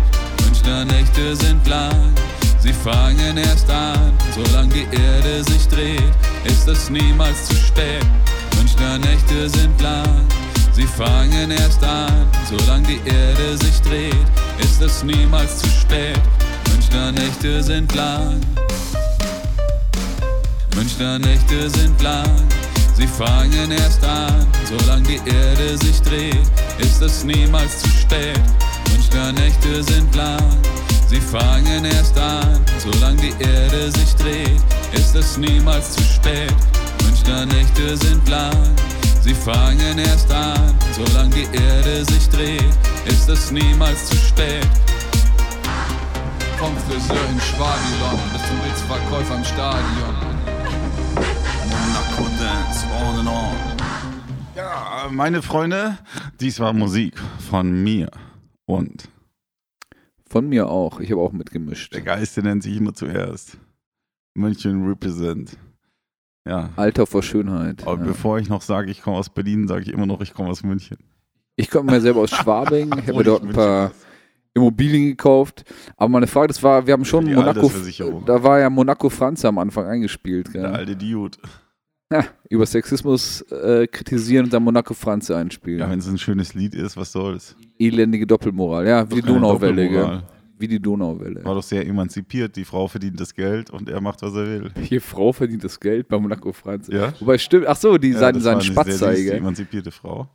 Speaker 5: Münchner Nächte sind lang, sie fangen erst an. Solange die Erde sich dreht, ist es niemals zu spät. Münchner Nächte sind lang, sie fangen erst an. Solange die Erde sich dreht, ist es niemals zu spät. Münchner Nächte sind lang. Münchner Nächte sind lang, sie fangen erst an. Solange die Erde sich dreht, ist es niemals zu spät. Münchner Nächte sind lang, sie fangen erst an. Solange die Erde sich dreht, ist es niemals zu spät. Münchner Nächte sind lang, sie fangen erst an. Solange die Erde sich dreht, ist es niemals zu spät. Vom Friseur in Schwabilon bis zum Witzverkäufer im Stadion.
Speaker 7: Monaco Dance, on and on.
Speaker 2: Ja, meine Freunde, dies war Musik von mir und
Speaker 3: Von mir auch. Ich habe auch mitgemischt.
Speaker 2: der Geiste nennt sich immer zuerst. München Represent. Ja.
Speaker 3: Alter vor Schönheit.
Speaker 2: Aber
Speaker 3: Ja.
Speaker 2: bevor ich noch sage, ich komme aus Berlin, sage ich immer noch, ich komme aus München.
Speaker 3: Ich komme mir selber aus Schwabing. Ich habe
Speaker 2: Obwohl
Speaker 3: mir dort
Speaker 2: ich
Speaker 3: ein paar Immobilien gekauft. Aber meine Frage, das war, wir haben schon
Speaker 2: Die
Speaker 3: Monaco.
Speaker 2: Altersversicherung.
Speaker 3: Da war ja Monaco Franz am Anfang eingespielt. Gell?
Speaker 2: Der alte Dude.
Speaker 3: Ja, über Sexismus äh, kritisieren und dann Monaco Franz einspielen.
Speaker 2: Ja, wenn es ein schönes Lied ist, was soll's.
Speaker 3: Elendige Doppelmoral. Ja, wie die
Speaker 2: Keine
Speaker 3: Donauwelle. Gell?
Speaker 2: Doppelmoral.
Speaker 3: Wie die Donauwelle.
Speaker 2: War doch sehr emanzipiert. Die Frau verdient das Geld und er macht, was er will.
Speaker 3: Hier Frau verdient das Geld bei Monaco Franz.
Speaker 2: Ja.
Speaker 3: Wobei stimmt, ach so, die
Speaker 2: Ja,
Speaker 3: seinen,
Speaker 2: das
Speaker 3: seinen
Speaker 2: war eine
Speaker 3: Spatz
Speaker 2: sehr süße,
Speaker 3: zeige.
Speaker 2: emanzipierte Frau.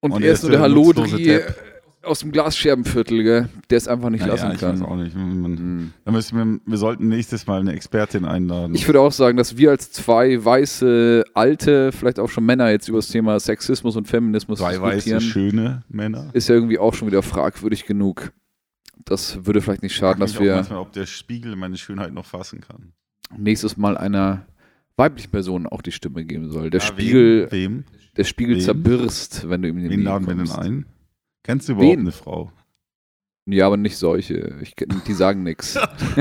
Speaker 3: Und,
Speaker 2: Und
Speaker 3: er ist nur der
Speaker 2: nutzlose
Speaker 3: Halodri
Speaker 2: Depp.
Speaker 3: aus dem Glasscherbenviertel, gell? der es einfach nicht
Speaker 2: Naja,
Speaker 3: lassen
Speaker 2: ich
Speaker 3: kann.
Speaker 2: weiß auch nicht. Man,
Speaker 3: Hm.
Speaker 2: da müssen wir, wir sollten nächstes Mal eine Expertin einladen.
Speaker 3: Ich würde auch sagen, dass wir als zwei weiße, alte, vielleicht auch schon Männer jetzt über das Thema Sexismus und Feminismus
Speaker 2: Zwei weiße,
Speaker 3: diskutieren,
Speaker 2: schöne Männer.
Speaker 3: ist ja irgendwie auch schon wieder fragwürdig genug. Das würde vielleicht nicht schaden,
Speaker 2: Ich
Speaker 3: dass
Speaker 2: frag mich auch
Speaker 3: wir
Speaker 2: manchmal, ob der Spiegel meine Schönheit noch fassen kann.
Speaker 3: nächstes Mal einer weiblichen Person auch die Stimme geben soll. Der
Speaker 2: Ja,
Speaker 3: Spiegel,
Speaker 2: Wem?
Speaker 3: der Spiegel
Speaker 2: wem?
Speaker 3: zerbirst, wenn du ihm in die
Speaker 2: Wen,
Speaker 3: Nähe
Speaker 2: wen laden wir denn
Speaker 3: kommst.
Speaker 2: ein? Kennst du überhaupt
Speaker 3: Wen?
Speaker 2: eine Frau?
Speaker 3: Ja, aber nicht solche. Ich, kenn- die sagen nichts.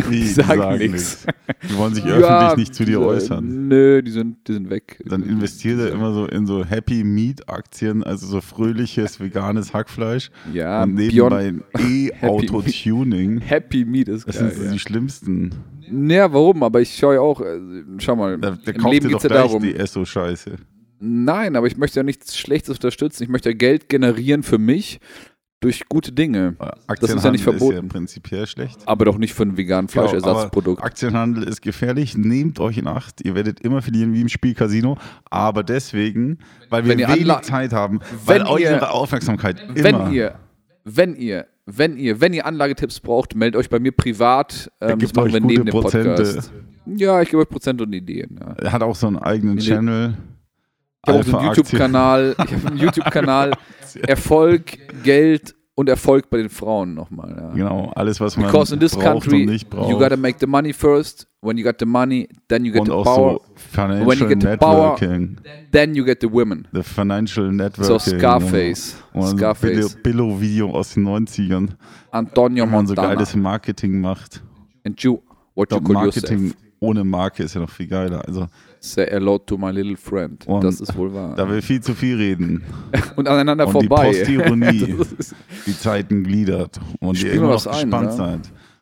Speaker 2: Die,
Speaker 3: sagen
Speaker 2: nix.
Speaker 3: nix.
Speaker 2: Die wollen sich
Speaker 3: Ja,
Speaker 2: öffentlich nicht zu dir
Speaker 3: äh,
Speaker 2: äußern.
Speaker 3: Nö, die sind, die sind weg.
Speaker 2: Dann investiert er immer so in so Happy Meat Aktien, also so fröhliches veganes Hackfleisch
Speaker 3: Ja,
Speaker 2: und
Speaker 3: Beyond
Speaker 2: nebenbei E-Auto Tuning.
Speaker 3: Happy Meat ist
Speaker 2: Das
Speaker 3: geil.
Speaker 2: sind so
Speaker 3: ja.
Speaker 2: die schlimmsten.
Speaker 3: Naja, warum? Aber ich schaue ja auch, äh, schau mal,
Speaker 2: Da, da
Speaker 3: im
Speaker 2: kauft
Speaker 3: Leben
Speaker 2: ihr
Speaker 3: geht
Speaker 2: doch
Speaker 3: es ja
Speaker 2: gleich
Speaker 3: darum.
Speaker 2: die Esso-Scheiße.
Speaker 3: Nein, aber ich möchte ja nichts Schlechtes unterstützen. Ich möchte ja Geld generieren für mich, durch gute Dinge.
Speaker 2: Aktienhandel
Speaker 3: ist ja nicht verboten.
Speaker 2: Ist ja prinzipiell schlecht.
Speaker 3: Aber doch nicht für ein veganes
Speaker 2: Genau,
Speaker 3: Fleischersatzprodukt.
Speaker 2: aber Aktienhandel ist gefährlich. Nehmt euch in Acht. Ihr werdet immer verlieren wie im Spiel Casino. Aber deswegen, weil wir
Speaker 3: Wenn ihr
Speaker 2: wenig
Speaker 3: Anla-
Speaker 2: Zeit haben, weil
Speaker 3: wenn
Speaker 2: eure
Speaker 3: ihr-
Speaker 2: Aufmerksamkeit immer.
Speaker 3: wenn ihr, wenn ihr, wenn ihr, wenn ihr Anlagetipps braucht, meldet euch bei mir privat. Ähm,
Speaker 2: gibt
Speaker 3: das machen
Speaker 2: euch
Speaker 3: wir neben
Speaker 2: gute
Speaker 3: dem
Speaker 2: Prozente.
Speaker 3: Podcast. Ja, ich gebe euch Prozent und Ideen. Ja.
Speaker 2: Er hat auch so einen eigenen Channel.
Speaker 3: Ich habe auch so
Speaker 2: Alpha
Speaker 3: einen
Speaker 2: Aktien.
Speaker 3: YouTube-Kanal. Ich habe einen YouTube-Kanal. Erfolg, Geld und Erfolg bei den Frauen nochmal. Ja.
Speaker 2: Genau, alles, was man
Speaker 3: Because in this
Speaker 2: braucht
Speaker 3: country,
Speaker 2: und nicht braucht.
Speaker 3: you gotta make the money first. When you got the money, then you get
Speaker 2: und
Speaker 3: the
Speaker 2: auch
Speaker 3: power.
Speaker 2: so Financial
Speaker 3: When you get the power-
Speaker 2: Networking.
Speaker 3: Then you get the women.
Speaker 2: The Financial Networking.
Speaker 3: So Scarface.
Speaker 2: Und
Speaker 3: Scarface.
Speaker 2: Billo-Video aus den 90ern.
Speaker 3: Antonio
Speaker 2: Wenn man so
Speaker 3: Montana.
Speaker 2: geiles Marketing macht.
Speaker 3: And you, what you
Speaker 2: Doch,
Speaker 3: call
Speaker 2: Marketing
Speaker 3: yourself.
Speaker 2: ohne Marke ist ja noch viel geiler. Also,
Speaker 3: Say hello to my little friend.
Speaker 2: Und
Speaker 3: das ist wohl wahr.
Speaker 2: da wir viel zu viel reden.
Speaker 3: und aneinander
Speaker 2: Und die
Speaker 3: vorbei.
Speaker 2: Postironie.
Speaker 3: Das ist-
Speaker 2: Die Zeiten gliedert. Und
Speaker 3: Spiel
Speaker 2: ihr immer
Speaker 3: mal
Speaker 2: noch
Speaker 3: was ein,
Speaker 2: gespannt
Speaker 3: ne?
Speaker 2: seid.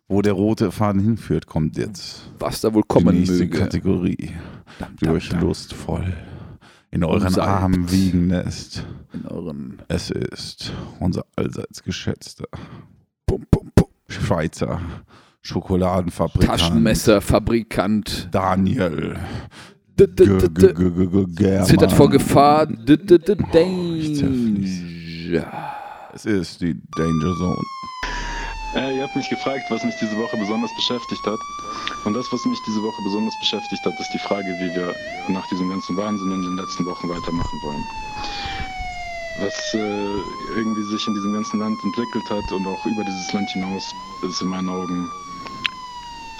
Speaker 2: Wo der rote Faden hinführt, kommt jetzt
Speaker 3: was da wohl
Speaker 2: die
Speaker 3: kommen
Speaker 2: nächste
Speaker 3: möge.
Speaker 2: Kategorie. Die euch lustvoll in euren
Speaker 3: Umsalbt.
Speaker 2: Armen wiegen lässt.
Speaker 3: In euren
Speaker 2: Es ist unser allseits geschätzter
Speaker 3: Pum, Pum, Pum.
Speaker 2: Schweizer Schokoladenfabrikant
Speaker 3: Taschenmesserfabrikant.
Speaker 2: Daniel.
Speaker 3: D- d- d- d- Zittert
Speaker 2: Zittert
Speaker 3: vor Gefahr. D- d- d-
Speaker 2: ich zerfließ.
Speaker 3: Danger.
Speaker 2: Es ist die Danger Zone.
Speaker 8: Äh, ihr habt mich gefragt, was mich diese Woche besonders beschäftigt hat. Und das, was mich diese Woche besonders beschäftigt hat, ist die Frage, wie wir nach diesem ganzen Wahnsinn in den letzten Wochen weitermachen wollen. Was äh, irgendwie sich in diesem ganzen Land entwickelt hat und auch über dieses Land hinaus, ist in meinen Augen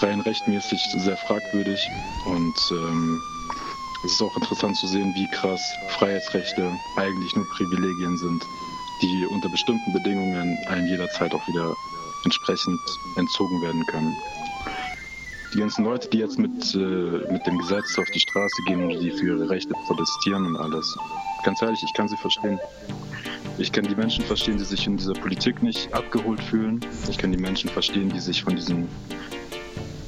Speaker 8: rein rechtmäßig sehr fragwürdig. Und ähm, es ist auch interessant zu sehen, wie krass Freiheitsrechte eigentlich nur Privilegien sind, die unter bestimmten Bedingungen einem jederzeit auch wieder entsprechend entzogen werden können. Die ganzen Leute, die jetzt mit, äh, mit dem Gesetz auf die Straße gehen und die für ihre Rechte protestieren und alles. Ganz ehrlich, ich kann sie verstehen. Ich kann die Menschen verstehen, die sich in dieser Politik nicht abgeholt fühlen. Ich kann die Menschen verstehen, die sich von diesen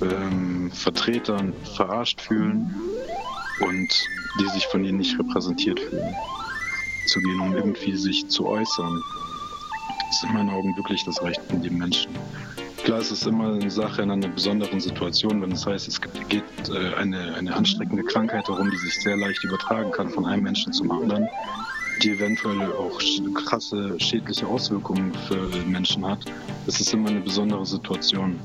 Speaker 8: ähm, Vertretern verarscht fühlen und die sich von ihnen nicht repräsentiert fühlen. Zu gehen, um irgendwie sich zu äußern, ist in meinen Augen wirklich das Recht von jedem Menschen. Klar, es ist immer eine Sache in einer besonderen Situation, wenn es heißt, es gibt, geht äh, eine, eine ansteckende Krankheit herum, die sich sehr leicht übertragen kann von einem Menschen zum anderen, die eventuell auch sch- krasse schädliche Auswirkungen für Menschen hat. Es ist immer eine besondere Situation,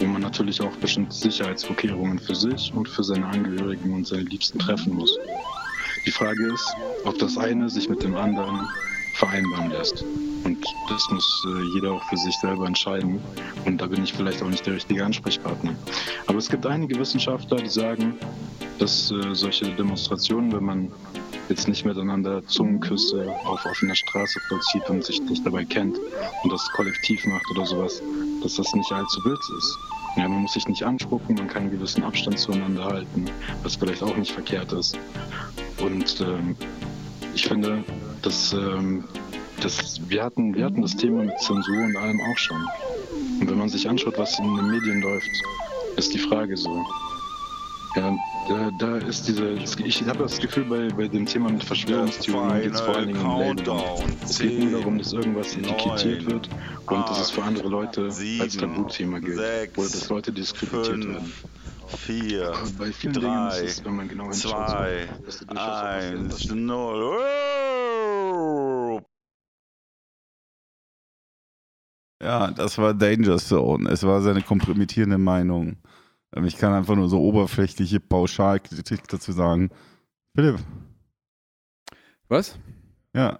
Speaker 8: wo man natürlich auch bestimmte Sicherheitsvorkehrungen für sich und für seine Angehörigen und seine Liebsten treffen muss. Die Frage ist, ob das eine sich mit dem anderen vereinbaren lässt. Und das muss äh, jeder auch für sich selber entscheiden. Und da bin ich vielleicht auch nicht der richtige Ansprechpartner. Aber es gibt einige Wissenschaftler, die sagen, dass äh, solche Demonstrationen, wenn man jetzt nicht miteinander Zungenküsse auf offener Straße vollzieht und sich nicht dabei kennt und das kollektiv macht oder sowas, dass das nicht allzu wild ist. Ja, man muss sich nicht anspucken, man kann einen gewissen Abstand zueinander halten, was vielleicht auch nicht verkehrt ist. Und ähm, ich finde, dass, ähm, dass wir, hatten, wir hatten das Thema mit Zensur und allem auch schon. Und wenn man sich anschaut, was in den Medien läuft, ist die Frage so. Ja, da, da ist diese. Ich habe das Gefühl, bei, bei dem Thema mit Verschwörungstheorien geht es vor allen Dingen um Labeling. Es geht nur darum, dass irgendwas etikettiert wird und dass es für andere Leute als Tabuthema gilt. Oder dass Leute diskreditiert werden.
Speaker 7: 4,
Speaker 8: Bei vielen Dingen ist es, wenn man genau hinschaut,
Speaker 7: zwei,
Speaker 8: so, dass da durchaus auch was dahinter
Speaker 7: 1,
Speaker 8: steckt.
Speaker 7: 0.
Speaker 2: Ja, das war Danger Zone. Es war seine kompromittierende Meinung. Ähm, Ich kann einfach nur so oberflächliche Pauschalkritik dazu sagen. Philipp,
Speaker 3: Was?
Speaker 2: ja,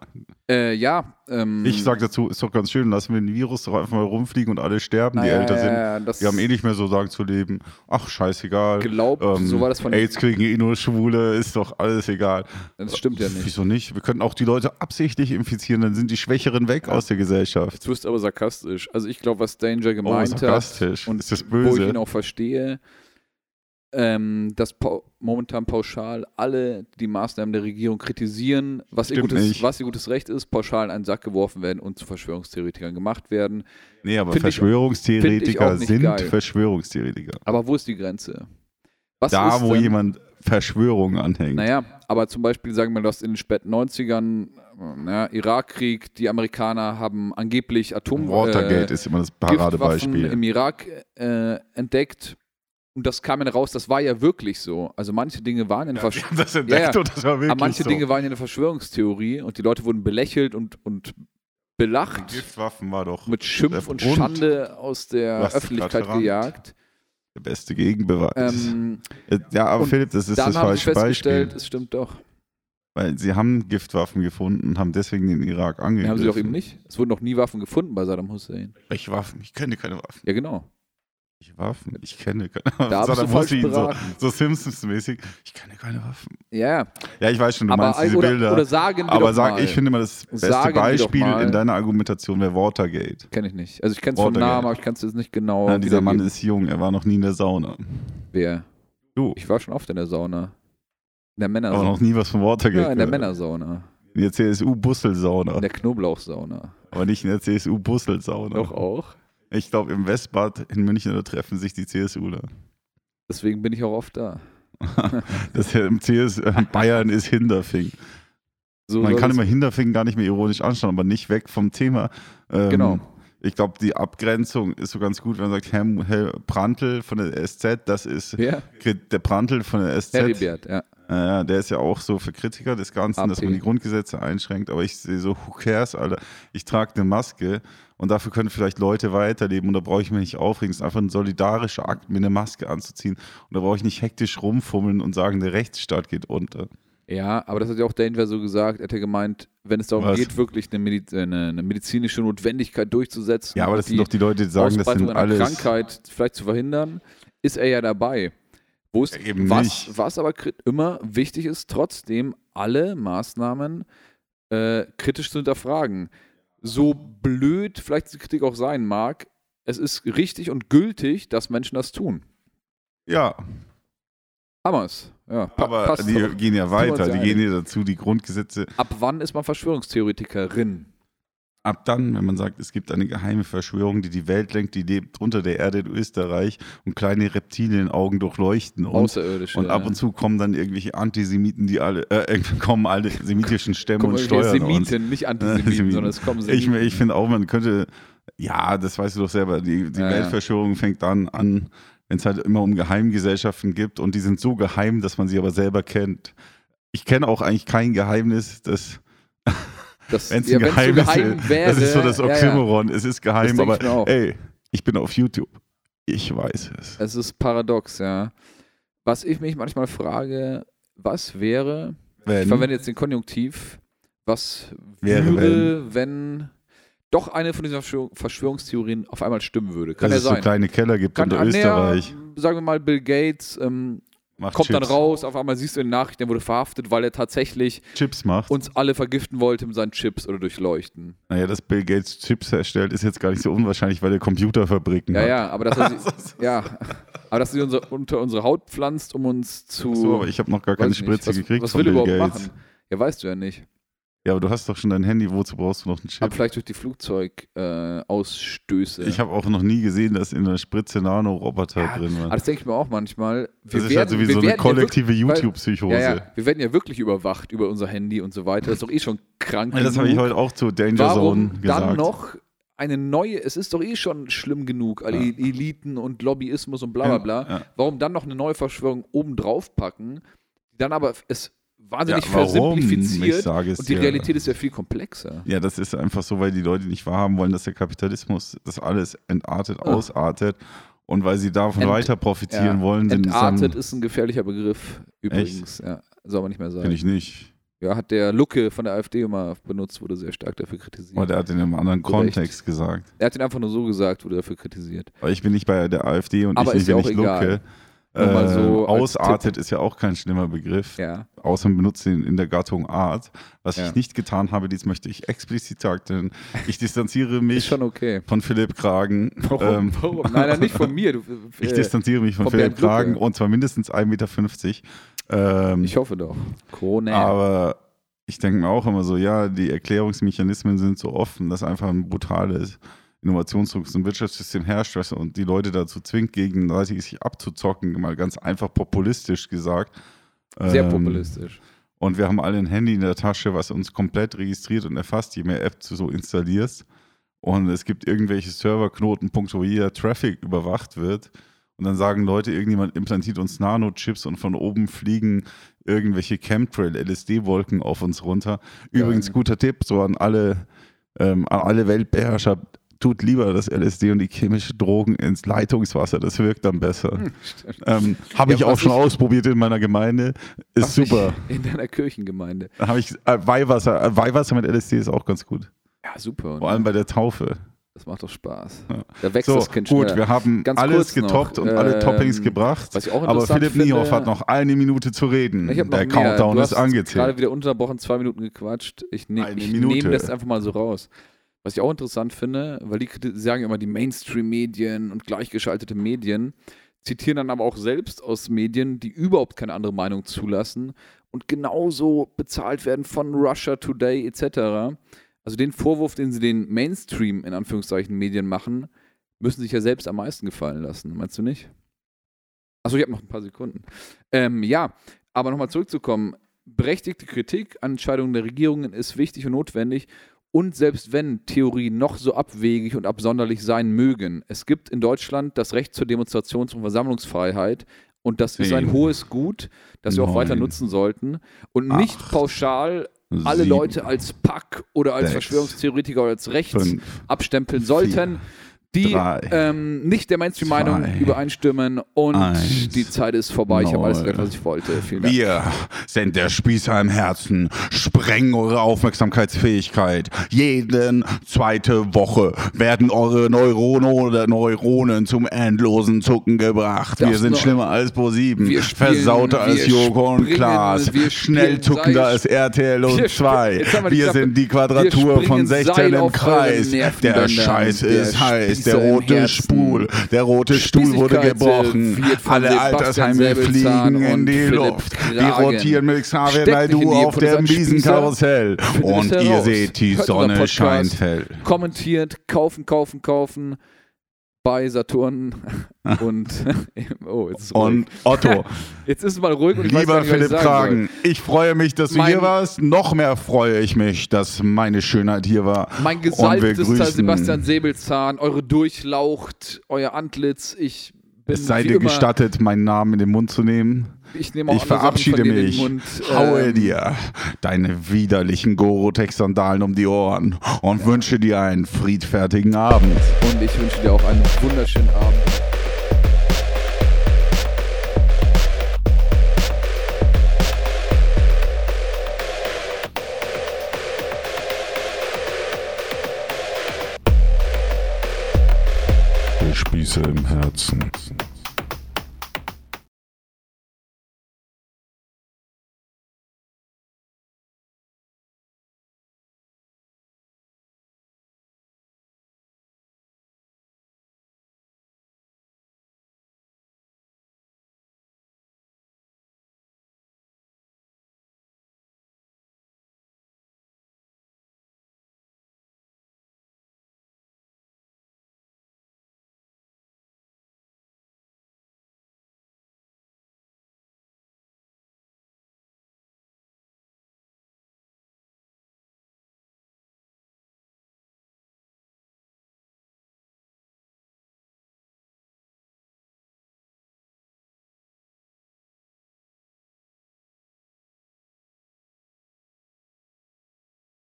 Speaker 3: Äh, ja. Ähm,
Speaker 2: ich sag dazu, ist doch ganz schön, lassen wir den Virus doch einfach mal rumfliegen und alle sterben, die
Speaker 3: naja,
Speaker 2: älter sind.
Speaker 3: Ah, ja, Genau. ja, das
Speaker 2: Die haben eh nicht mehr so sagen zu leben. Ach, scheißegal.
Speaker 3: Glaubt, so war das von-
Speaker 2: Ähm, AIDS kriegen eh nur Schwule, ist doch alles egal.
Speaker 3: Das stimmt ja nicht.
Speaker 2: Wieso nicht? Wir könnten auch die Leute absichtlich infizieren, dann sind die Schwächeren weg aus der Gesellschaft.
Speaker 3: Jetzt wirst du aber sarkastisch. Also ich glaube, was Danger
Speaker 2: Oh,
Speaker 3: gemeint hat
Speaker 2: sarkastisch.
Speaker 3: und
Speaker 2: ist das
Speaker 3: wo ich
Speaker 2: böse?
Speaker 3: ihn auch verstehe, ähm, dass pau momentan pauschal alle die Maßnahmen der Regierung kritisieren, was ihr,
Speaker 2: Stimmt
Speaker 3: gutes,
Speaker 2: nicht.
Speaker 3: was ihr gutes Recht ist, pauschal in einen Sack geworfen werden und zu Verschwörungstheoretikern gemacht werden.
Speaker 2: Nee, aber
Speaker 3: Find ich- find ich
Speaker 2: Verschwörungstheoretiker
Speaker 3: auch nicht
Speaker 2: sind
Speaker 3: geil.
Speaker 2: Verschwörungstheoretiker.
Speaker 3: Aber wo ist die Grenze? Was
Speaker 2: Da, wo
Speaker 3: denn-
Speaker 2: jemand Verschwörungen anhängt.
Speaker 3: Naja, aber zum Beispiel, sagen wir, du hast in den späten 90ern ne, Irakkrieg, die Amerikaner haben angeblich Atom äh,
Speaker 2: Watergate ist immer das
Speaker 3: um, Giftwaffen im
Speaker 2: Paradebeispiel.
Speaker 3: Irak äh, entdeckt. Und das kam dann raus, das war ja wirklich so. Also manche Dinge waren in der
Speaker 2: Wir
Speaker 3: Versch
Speaker 2: haben das entdeckt
Speaker 3: Ja, ja.
Speaker 2: und das war wirklich
Speaker 3: aber manche
Speaker 2: so.
Speaker 3: Dinge waren ja eine Verschwörungstheorie und die Leute wurden belächelt und, und belacht,
Speaker 2: Giftwaffen war doch
Speaker 3: mit Schimpf und
Speaker 2: Und?
Speaker 3: Schande aus der
Speaker 2: Du hast
Speaker 3: Öffentlichkeit
Speaker 2: grad verrannt.
Speaker 3: gejagt.
Speaker 2: der beste Gegenbeweis.
Speaker 3: Ähm,
Speaker 2: Äh, ja, aber
Speaker 3: und
Speaker 2: Philipp, das ist
Speaker 3: dann
Speaker 2: das
Speaker 3: haben sie
Speaker 2: falsche
Speaker 3: festgestellt,
Speaker 2: Beispiel.
Speaker 3: es stimmt doch.
Speaker 2: Weil sie haben Giftwaffen gefunden und haben deswegen den Irak angegriffen.
Speaker 3: Ja, haben sie doch eben nicht. Es wurden noch nie Waffen gefunden bei Saddam Hussein.
Speaker 2: Ich Waffen, ich kenne keine Waffen.
Speaker 3: Ja, genau.
Speaker 2: Ich Waffen, ich kenne keine Waffen.
Speaker 3: Da bist du
Speaker 2: Saddam
Speaker 3: falsch
Speaker 2: Hussein, so,
Speaker 3: beraten.
Speaker 2: so Simpsons-mäßig. Ich kenne keine Waffen.
Speaker 3: Ja,
Speaker 2: Ja, ich weiß schon, du
Speaker 3: aber
Speaker 2: meinst diese
Speaker 3: oder,
Speaker 2: Bilder.
Speaker 3: oder sagen wir
Speaker 2: aber
Speaker 3: doch
Speaker 2: sag,
Speaker 3: mal.
Speaker 2: ich finde mal, das beste
Speaker 3: Sagen wir doch
Speaker 2: Beispiel
Speaker 3: mal.
Speaker 2: in deiner Argumentation wäre Watergate.
Speaker 3: Kenne ich nicht. Also ich kenne es vom
Speaker 2: Watergate.
Speaker 3: Namen, aber ich kann es jetzt nicht genau.
Speaker 2: Na, dieser Mann
Speaker 3: wiedergeben.
Speaker 2: ist jung, er war noch nie in der Sauna.
Speaker 3: Wer?
Speaker 2: Du.
Speaker 3: Ich war schon oft in der Sauna. In der
Speaker 2: Aber
Speaker 3: Männersauna.
Speaker 2: noch nie was von Watergate.
Speaker 3: Also- Ja, in der
Speaker 2: gehört.
Speaker 3: Männersauna.
Speaker 2: In der CSU-Busselsauna.
Speaker 3: In der Knoblauchsauna.
Speaker 2: Aber nicht in der CSU-Busselsauna.
Speaker 3: Doch auch.
Speaker 2: Ich glaube, im Westbad in München da treffen sich die CSUler.
Speaker 3: Deswegen bin ich auch oft da.
Speaker 2: Das ist ja im CS äh, Bayern ist Hinterfing.
Speaker 3: So
Speaker 2: Man
Speaker 3: soll
Speaker 2: kann
Speaker 3: es-
Speaker 2: immer Hinterfing gar nicht mehr ironisch anschauen, aber nicht weg vom Thema. Ähm,
Speaker 3: Genau.
Speaker 2: Ich glaube, die Abgrenzung ist so ganz gut, wenn man sagt, Herr, Herr Prantl von der SZ, das ist
Speaker 3: Ja,
Speaker 2: der Prantl von der SZ.
Speaker 3: Heribert, ja.
Speaker 2: Äh, der ist ja auch so für Kritiker des Ganzen, dass
Speaker 3: AP.
Speaker 2: man die Grundgesetze einschränkt. Aber ich sehe so, who cares, Alter. Ich trage eine Maske und dafür können vielleicht Leute weiterleben und da brauche ich mich nicht aufregen. Es ist einfach ein solidarischer Akt, mir eine Maske anzuziehen. Und da brauche ich nicht hektisch rumfummeln und sagen, der Rechtsstaat geht unter.
Speaker 3: Ja, aber das hat ja auch Denver so gesagt. Er hätte gemeint, wenn es darum
Speaker 2: Was?
Speaker 3: geht, wirklich eine, Mediz äh, eine, eine medizinische Notwendigkeit durchzusetzen.
Speaker 2: Ja, aber
Speaker 3: und
Speaker 2: das sind doch die Leute, die sagen, das
Speaker 3: Ausbreitung
Speaker 2: sind
Speaker 3: einer
Speaker 2: alles.
Speaker 3: Krankheit vielleicht zu verhindern, ist er ja dabei. Wo es,
Speaker 2: Ja, eben
Speaker 3: was,
Speaker 2: nicht.
Speaker 3: was aber kri- immer wichtig ist, trotzdem alle Maßnahmen äh, kritisch zu hinterfragen. So blöd vielleicht diese Kritik auch sein mag, es ist richtig und gültig, dass Menschen das tun.
Speaker 2: Ja,
Speaker 3: Hammers. Ja, pa
Speaker 2: aber
Speaker 3: passt
Speaker 2: die
Speaker 3: doch.
Speaker 2: gehen ja weiter.
Speaker 3: Sind wir
Speaker 2: Die gehen
Speaker 3: uns
Speaker 2: ja dazu, die Grundgesetze.
Speaker 3: Ab wann ist man Verschwörungstheoretikerin?
Speaker 2: Ab dann, wenn man sagt, es gibt eine geheime Verschwörung, die die Welt lenkt, die lebt unter der Erde in Österreich und kleine Reptilienaugen durchleuchten uns.
Speaker 3: Außerirdische.
Speaker 2: Und ab und zu kommen dann irgendwelche Antisemiten, die alle, äh, irgendwann kommen alle semitischen Stämme
Speaker 3: kommen
Speaker 2: und
Speaker 3: irgendwelche
Speaker 2: steuern uns.
Speaker 3: Semiten, nicht Antisemiten,
Speaker 2: Semiten.
Speaker 3: sondern es kommen
Speaker 2: Ich,
Speaker 3: Semiten.
Speaker 2: ich finde auch, man könnte, ja, das weißt du doch selber, die, die
Speaker 3: Ja, ja.
Speaker 2: Weltverschwörung fängt dann an, wenn es halt immer um Geheimgesellschaften gibt und die sind so geheim, dass man sie aber selber kennt. Ich kenne auch eigentlich kein Geheimnis, das,
Speaker 3: Das-
Speaker 2: wenn es
Speaker 3: ja,
Speaker 2: ein
Speaker 3: wenn's so
Speaker 2: Geheimnis
Speaker 3: geheim wäre,
Speaker 2: das ist so das
Speaker 3: ja, ja.
Speaker 2: Oxymoron, es ist
Speaker 3: Das
Speaker 2: geheim,
Speaker 3: denk
Speaker 2: aber
Speaker 3: ich mir auch.
Speaker 2: ey, ich bin auf YouTube. Ich weiß es.
Speaker 3: Es ist paradox, ja. Was ich mich manchmal frage, was wäre, ich
Speaker 2: Wenn-
Speaker 3: verwende jetzt den Konjunktiv, was
Speaker 2: Wäre,
Speaker 3: würde, wenn, doch eine von diesen Verschwörung- Verschwörungstheorien auf einmal stimmen würde? Kann
Speaker 2: dass es
Speaker 3: ja
Speaker 2: so
Speaker 3: sein.
Speaker 2: kleine Keller gibt
Speaker 3: Kann
Speaker 2: unter
Speaker 3: ah, naja,
Speaker 2: Österreich.
Speaker 3: sagen wir mal, Bill Gates ähm,
Speaker 2: Macht
Speaker 3: kommt dann
Speaker 2: Chips.
Speaker 3: raus, auf einmal siehst du in den Nachrichten, er wurde verhaftet, weil er tatsächlich
Speaker 2: Chips macht.
Speaker 3: uns alle vergiften wollte mit seinen Chips oder durchleuchten.
Speaker 2: Naja, dass Bill Gates Chips herstellt, ist jetzt gar nicht so unwahrscheinlich, weil der Computerfabriken
Speaker 3: Ja,
Speaker 2: hat.
Speaker 3: ja, aber dass er sie, ja, aber dass sie unsere, unter unsere Haut pflanzt, um uns zu.
Speaker 2: So, aber ich habe noch gar
Speaker 3: weiß
Speaker 2: keine
Speaker 3: nicht,
Speaker 2: Spritze
Speaker 3: was,
Speaker 2: gekriegt
Speaker 3: was
Speaker 2: von
Speaker 3: will er
Speaker 2: Bill
Speaker 3: überhaupt
Speaker 2: Gates.
Speaker 3: machen? Ja, weißt du ja nicht.
Speaker 2: Ja, aber du hast doch schon dein Handy, wozu brauchst du noch einen
Speaker 3: Aber
Speaker 2: Chip?
Speaker 3: vielleicht durch die Flugzeugausstöße. Äh, Ausstöße.
Speaker 2: Ich habe auch noch nie gesehen, dass in der Spritze Nanoroboter
Speaker 3: Ja,
Speaker 2: drin
Speaker 3: aber
Speaker 2: waren.
Speaker 3: Ah, das denke ich mir auch manchmal. Wir
Speaker 2: Das ist halt so wie so eine
Speaker 3: werden ja wirklich-
Speaker 2: kollektive
Speaker 3: weil-
Speaker 2: YouTube-Psychose.
Speaker 3: Ja, ja, wir werden ja wirklich überwacht über unser Handy und so weiter. Das ist doch eh schon krank.
Speaker 2: Ja, Das habe ich
Speaker 3: genug.
Speaker 2: heute auch zu Danger
Speaker 3: Warum
Speaker 2: Zone
Speaker 3: dann
Speaker 2: gesagt.
Speaker 3: noch eine neue, es ist doch eh schon schlimm genug, alle
Speaker 2: Ja.
Speaker 3: Eliten und Lobbyismus und bla bla
Speaker 2: Ja,
Speaker 3: bla.
Speaker 2: ja.
Speaker 3: Warum dann noch eine neue Verschwörung obendrauf packen, die dann aber es wahnsinnig
Speaker 2: Ja, warum? Ich
Speaker 3: versimplifiziert
Speaker 2: sage es
Speaker 3: und die
Speaker 2: dir.
Speaker 3: Realität ist ja viel komplexer.
Speaker 2: Ja, das ist einfach so, weil die Leute nicht wahrhaben wollen, dass der Kapitalismus das alles entartet,
Speaker 3: Ah.
Speaker 2: ausartet. Und weil sie davon
Speaker 3: Ent-
Speaker 2: weiter profitieren
Speaker 3: Ja.
Speaker 2: wollen, sind es dann-
Speaker 3: Entartet ist ein gefährlicher Begriff, übrigens. Ja, soll man nicht mehr
Speaker 2: Finde
Speaker 3: sagen.
Speaker 2: ich nicht.
Speaker 3: Ja, hat der Lucke von der AfD immer benutzt, wurde sehr stark dafür kritisiert.
Speaker 2: Aber der hat in einem anderen
Speaker 3: Zu Recht.
Speaker 2: Kontext gesagt.
Speaker 3: er hat ihn einfach nur so gesagt, wurde dafür kritisiert.
Speaker 2: Aber ich bin nicht bei der AfD und
Speaker 3: Aber
Speaker 2: ich
Speaker 3: ist ja
Speaker 2: bin
Speaker 3: auch
Speaker 2: nicht Lucke.
Speaker 3: Nur mal so
Speaker 2: Ähm,
Speaker 3: als
Speaker 2: ausartet ist ja auch kein schlimmer Begriff.
Speaker 3: Ja.
Speaker 2: Außer man benutzt ihn in der Gattung Art. Was
Speaker 3: Ja.
Speaker 2: ich nicht getan habe, dies möchte ich explizit sagen. Ich distanziere
Speaker 3: Ist
Speaker 2: mich
Speaker 3: schon okay.
Speaker 2: von Philipp Kragen. Ähm,
Speaker 3: Warum? Nein, nein, nicht von mir. Du,
Speaker 2: ich
Speaker 3: äh,
Speaker 2: distanziere mich von,
Speaker 3: von
Speaker 2: Philipp
Speaker 3: Bernd Lucke.
Speaker 2: Kragen und zwar mindestens 1,50 Meter. Ähm,
Speaker 3: äh, Ich hoffe doch. Corona.
Speaker 2: Aber ich denke mir auch immer so, ja, die Erklärungsmechanismen sind so offen, dass einfach ein brutales Innovationsdruck und Wirtschaftssystem herrscht was und die Leute dazu zwingt, gegenseitig sich abzuzocken, mal ganz einfach populistisch gesagt.
Speaker 3: Sehr
Speaker 2: Ähm,
Speaker 3: populistisch.
Speaker 2: Und wir haben alle ein Handy in der Tasche, was uns komplett registriert und erfasst, je mehr Apps du so installierst. Und es gibt irgendwelche Serverknotenpunkte, wo jeder Traffic überwacht wird. Und dann sagen Leute, irgendjemand implantiert uns Nanochips und von oben fliegen irgendwelche Chemtrail-LSD-Wolken auf uns runter. Übrigens, guter Tipp so an alle, ähm, an alle Weltbeherrscher, tut lieber das LSD und die chemische Drogen ins Leitungswasser, das wirkt dann besser. ähm, Habe
Speaker 3: Hm, Ja,
Speaker 2: ich
Speaker 3: was
Speaker 2: auch schon
Speaker 3: ich-
Speaker 2: ausprobiert in meiner Gemeinde, ist super.
Speaker 3: In deiner Kirchengemeinde.
Speaker 2: Habe ich äh, Weihwasser, äh, Weihwasser mit LSD ist auch ganz gut.
Speaker 3: Ja, super.
Speaker 2: Vor allem bei der Taufe.
Speaker 3: Das macht doch Spaß.
Speaker 2: Ja.
Speaker 3: Da wächst
Speaker 2: So,
Speaker 3: das Kind
Speaker 2: gut,
Speaker 3: schneller.
Speaker 2: wir haben
Speaker 3: Ganz
Speaker 2: alles
Speaker 3: kurz noch,
Speaker 2: getoppt und alle
Speaker 3: ähm,
Speaker 2: Toppings gebracht.
Speaker 3: was ich auch
Speaker 2: Aber
Speaker 3: interessant
Speaker 2: Philipp
Speaker 3: finde-
Speaker 2: Niehoff hat noch eine Minute zu reden.
Speaker 3: Ich hab noch
Speaker 2: Der
Speaker 3: mehr.
Speaker 2: Countdown
Speaker 3: du
Speaker 2: ist
Speaker 3: hast gerade
Speaker 2: angezählt.
Speaker 3: wieder unterbrochen, zwei Minuten gequatscht. Ich, ne
Speaker 2: Eine
Speaker 3: ich
Speaker 2: Minute.
Speaker 3: nehme das einfach mal so raus. Was ich auch interessant finde, weil die kriti- sagen immer, die Mainstream-Medien und gleichgeschaltete Medien zitieren dann aber auch selbst aus Medien, die überhaupt keine andere Meinung zulassen und genauso bezahlt werden von Russia Today etc. Also den Vorwurf, den sie den Mainstream in Anführungszeichen Medien machen, müssen sich ja selbst am meisten gefallen lassen, meinst du nicht? Achso, ich habe noch ein paar Sekunden. Ähm, ja, aber nochmal zurückzukommen. Berechtigte Kritik an Entscheidungen der Regierungen ist wichtig und notwendig. Und selbst wenn Theorien noch so abwegig und absonderlich sein mögen, es gibt in Deutschland das Recht zur Demonstrations- und Versammlungsfreiheit. Und das ist ein
Speaker 2: Zehn.
Speaker 3: hohes Gut, das wir auch weiter
Speaker 2: Neun.
Speaker 3: nutzen sollten. Und nicht
Speaker 2: Acht.
Speaker 3: pauschal alle
Speaker 2: Sieben.
Speaker 3: Leute als Pack oder als
Speaker 2: Sechs.
Speaker 3: Verschwörungstheoretiker oder als rechts
Speaker 2: Fünf.
Speaker 3: abstempeln sollten, die
Speaker 2: Drei.
Speaker 3: ähm, nicht der Mainstream-Meinung
Speaker 2: Zwei.
Speaker 3: übereinstimmen. Und
Speaker 2: Eins.
Speaker 3: die Zeit ist vorbei. Ich habe alles
Speaker 2: Null.
Speaker 3: gesagt, was ich wollte. Vielen Dank.
Speaker 2: Wir sind der Spießer im Herzen, sprengen eure Aufmerksamkeitsfähigkeit. Jeden zweite Woche werden eure Neuronen oder Neuronen zum endlosen Zucken gebracht.
Speaker 3: Das
Speaker 2: wir sind
Speaker 3: noch-
Speaker 2: schlimmer als Pro7,
Speaker 3: Wir spielen-
Speaker 2: versauter als
Speaker 3: wir
Speaker 2: Joko und
Speaker 3: springen,
Speaker 2: Klaas,
Speaker 3: wir spielen
Speaker 2: schnell zuckender
Speaker 3: Seil-
Speaker 2: als RTL und
Speaker 3: Wir
Speaker 2: 2.
Speaker 3: springen- jetzt haben wir
Speaker 2: Wir,
Speaker 3: die Klappe.
Speaker 2: sind die
Speaker 3: Wir
Speaker 2: Quadratur
Speaker 3: springen
Speaker 2: von 16
Speaker 3: Seil
Speaker 2: im
Speaker 3: auf
Speaker 2: Kreis.
Speaker 3: euren Nervenbändern.
Speaker 2: Der Scheiß
Speaker 3: Der
Speaker 2: ist heiß, der
Speaker 3: Spießer im
Speaker 2: rote
Speaker 3: Herzen.
Speaker 2: Stuhl, der rote Stuhl wurde
Speaker 3: Spießigkeit
Speaker 2: gebrochen.
Speaker 3: wird von
Speaker 2: Alle
Speaker 3: Sebastian
Speaker 2: Altersheime
Speaker 3: Säbelzahn
Speaker 2: fliegen in
Speaker 3: und
Speaker 2: die
Speaker 3: Philipp
Speaker 2: Luft. Die
Speaker 3: Kragen.
Speaker 2: rotieren mit Xavier
Speaker 3: Steckt nicht in
Speaker 2: Naidu
Speaker 3: die
Speaker 2: auf dem
Speaker 3: Produzenten-
Speaker 2: Wiesenkarussell.
Speaker 3: Findet
Speaker 2: Und
Speaker 3: es
Speaker 2: ihr
Speaker 3: heraus.
Speaker 2: seht, die
Speaker 3: Hört unseren
Speaker 2: Sonne
Speaker 3: Podcast.
Speaker 2: scheint hell.
Speaker 3: Kommentiert, kaufen, kaufen, kaufen bei Saturn und oh, jetzt ist, ruhig.
Speaker 2: Und Otto,
Speaker 3: jetzt ist es mal ruhig und ich weiß gar
Speaker 2: lieber
Speaker 3: nicht, was
Speaker 2: Philipp
Speaker 3: ich sagen soll.
Speaker 2: Kragen, ich freue mich, dass du
Speaker 3: Mein-
Speaker 2: hier warst. Noch mehr freue ich mich, dass meine Schönheit hier war.
Speaker 3: Mein
Speaker 2: Und wir
Speaker 3: gesalbtester
Speaker 2: grüßen-
Speaker 3: Sebastian Säbelzahn, eure Durchlaucht, euer Antlitz, ich bin
Speaker 2: Es sei
Speaker 3: wie
Speaker 2: dir
Speaker 3: immer,
Speaker 2: gestattet, meinen Namen in den Mund zu nehmen.
Speaker 3: ich, nehme auch
Speaker 2: Ich
Speaker 3: andere Sachen
Speaker 2: verabschiede
Speaker 3: von dir in den
Speaker 2: mich.
Speaker 3: Mund,
Speaker 2: Haue
Speaker 3: ähm,
Speaker 2: dir deine widerlichen Gorotex-Sandalen um die Ohren und wünsche dir einen friedfertigen Abend.
Speaker 3: Und ich wünsche dir auch einen wunderschönen Abend.
Speaker 1: Der Spießer im Herzen.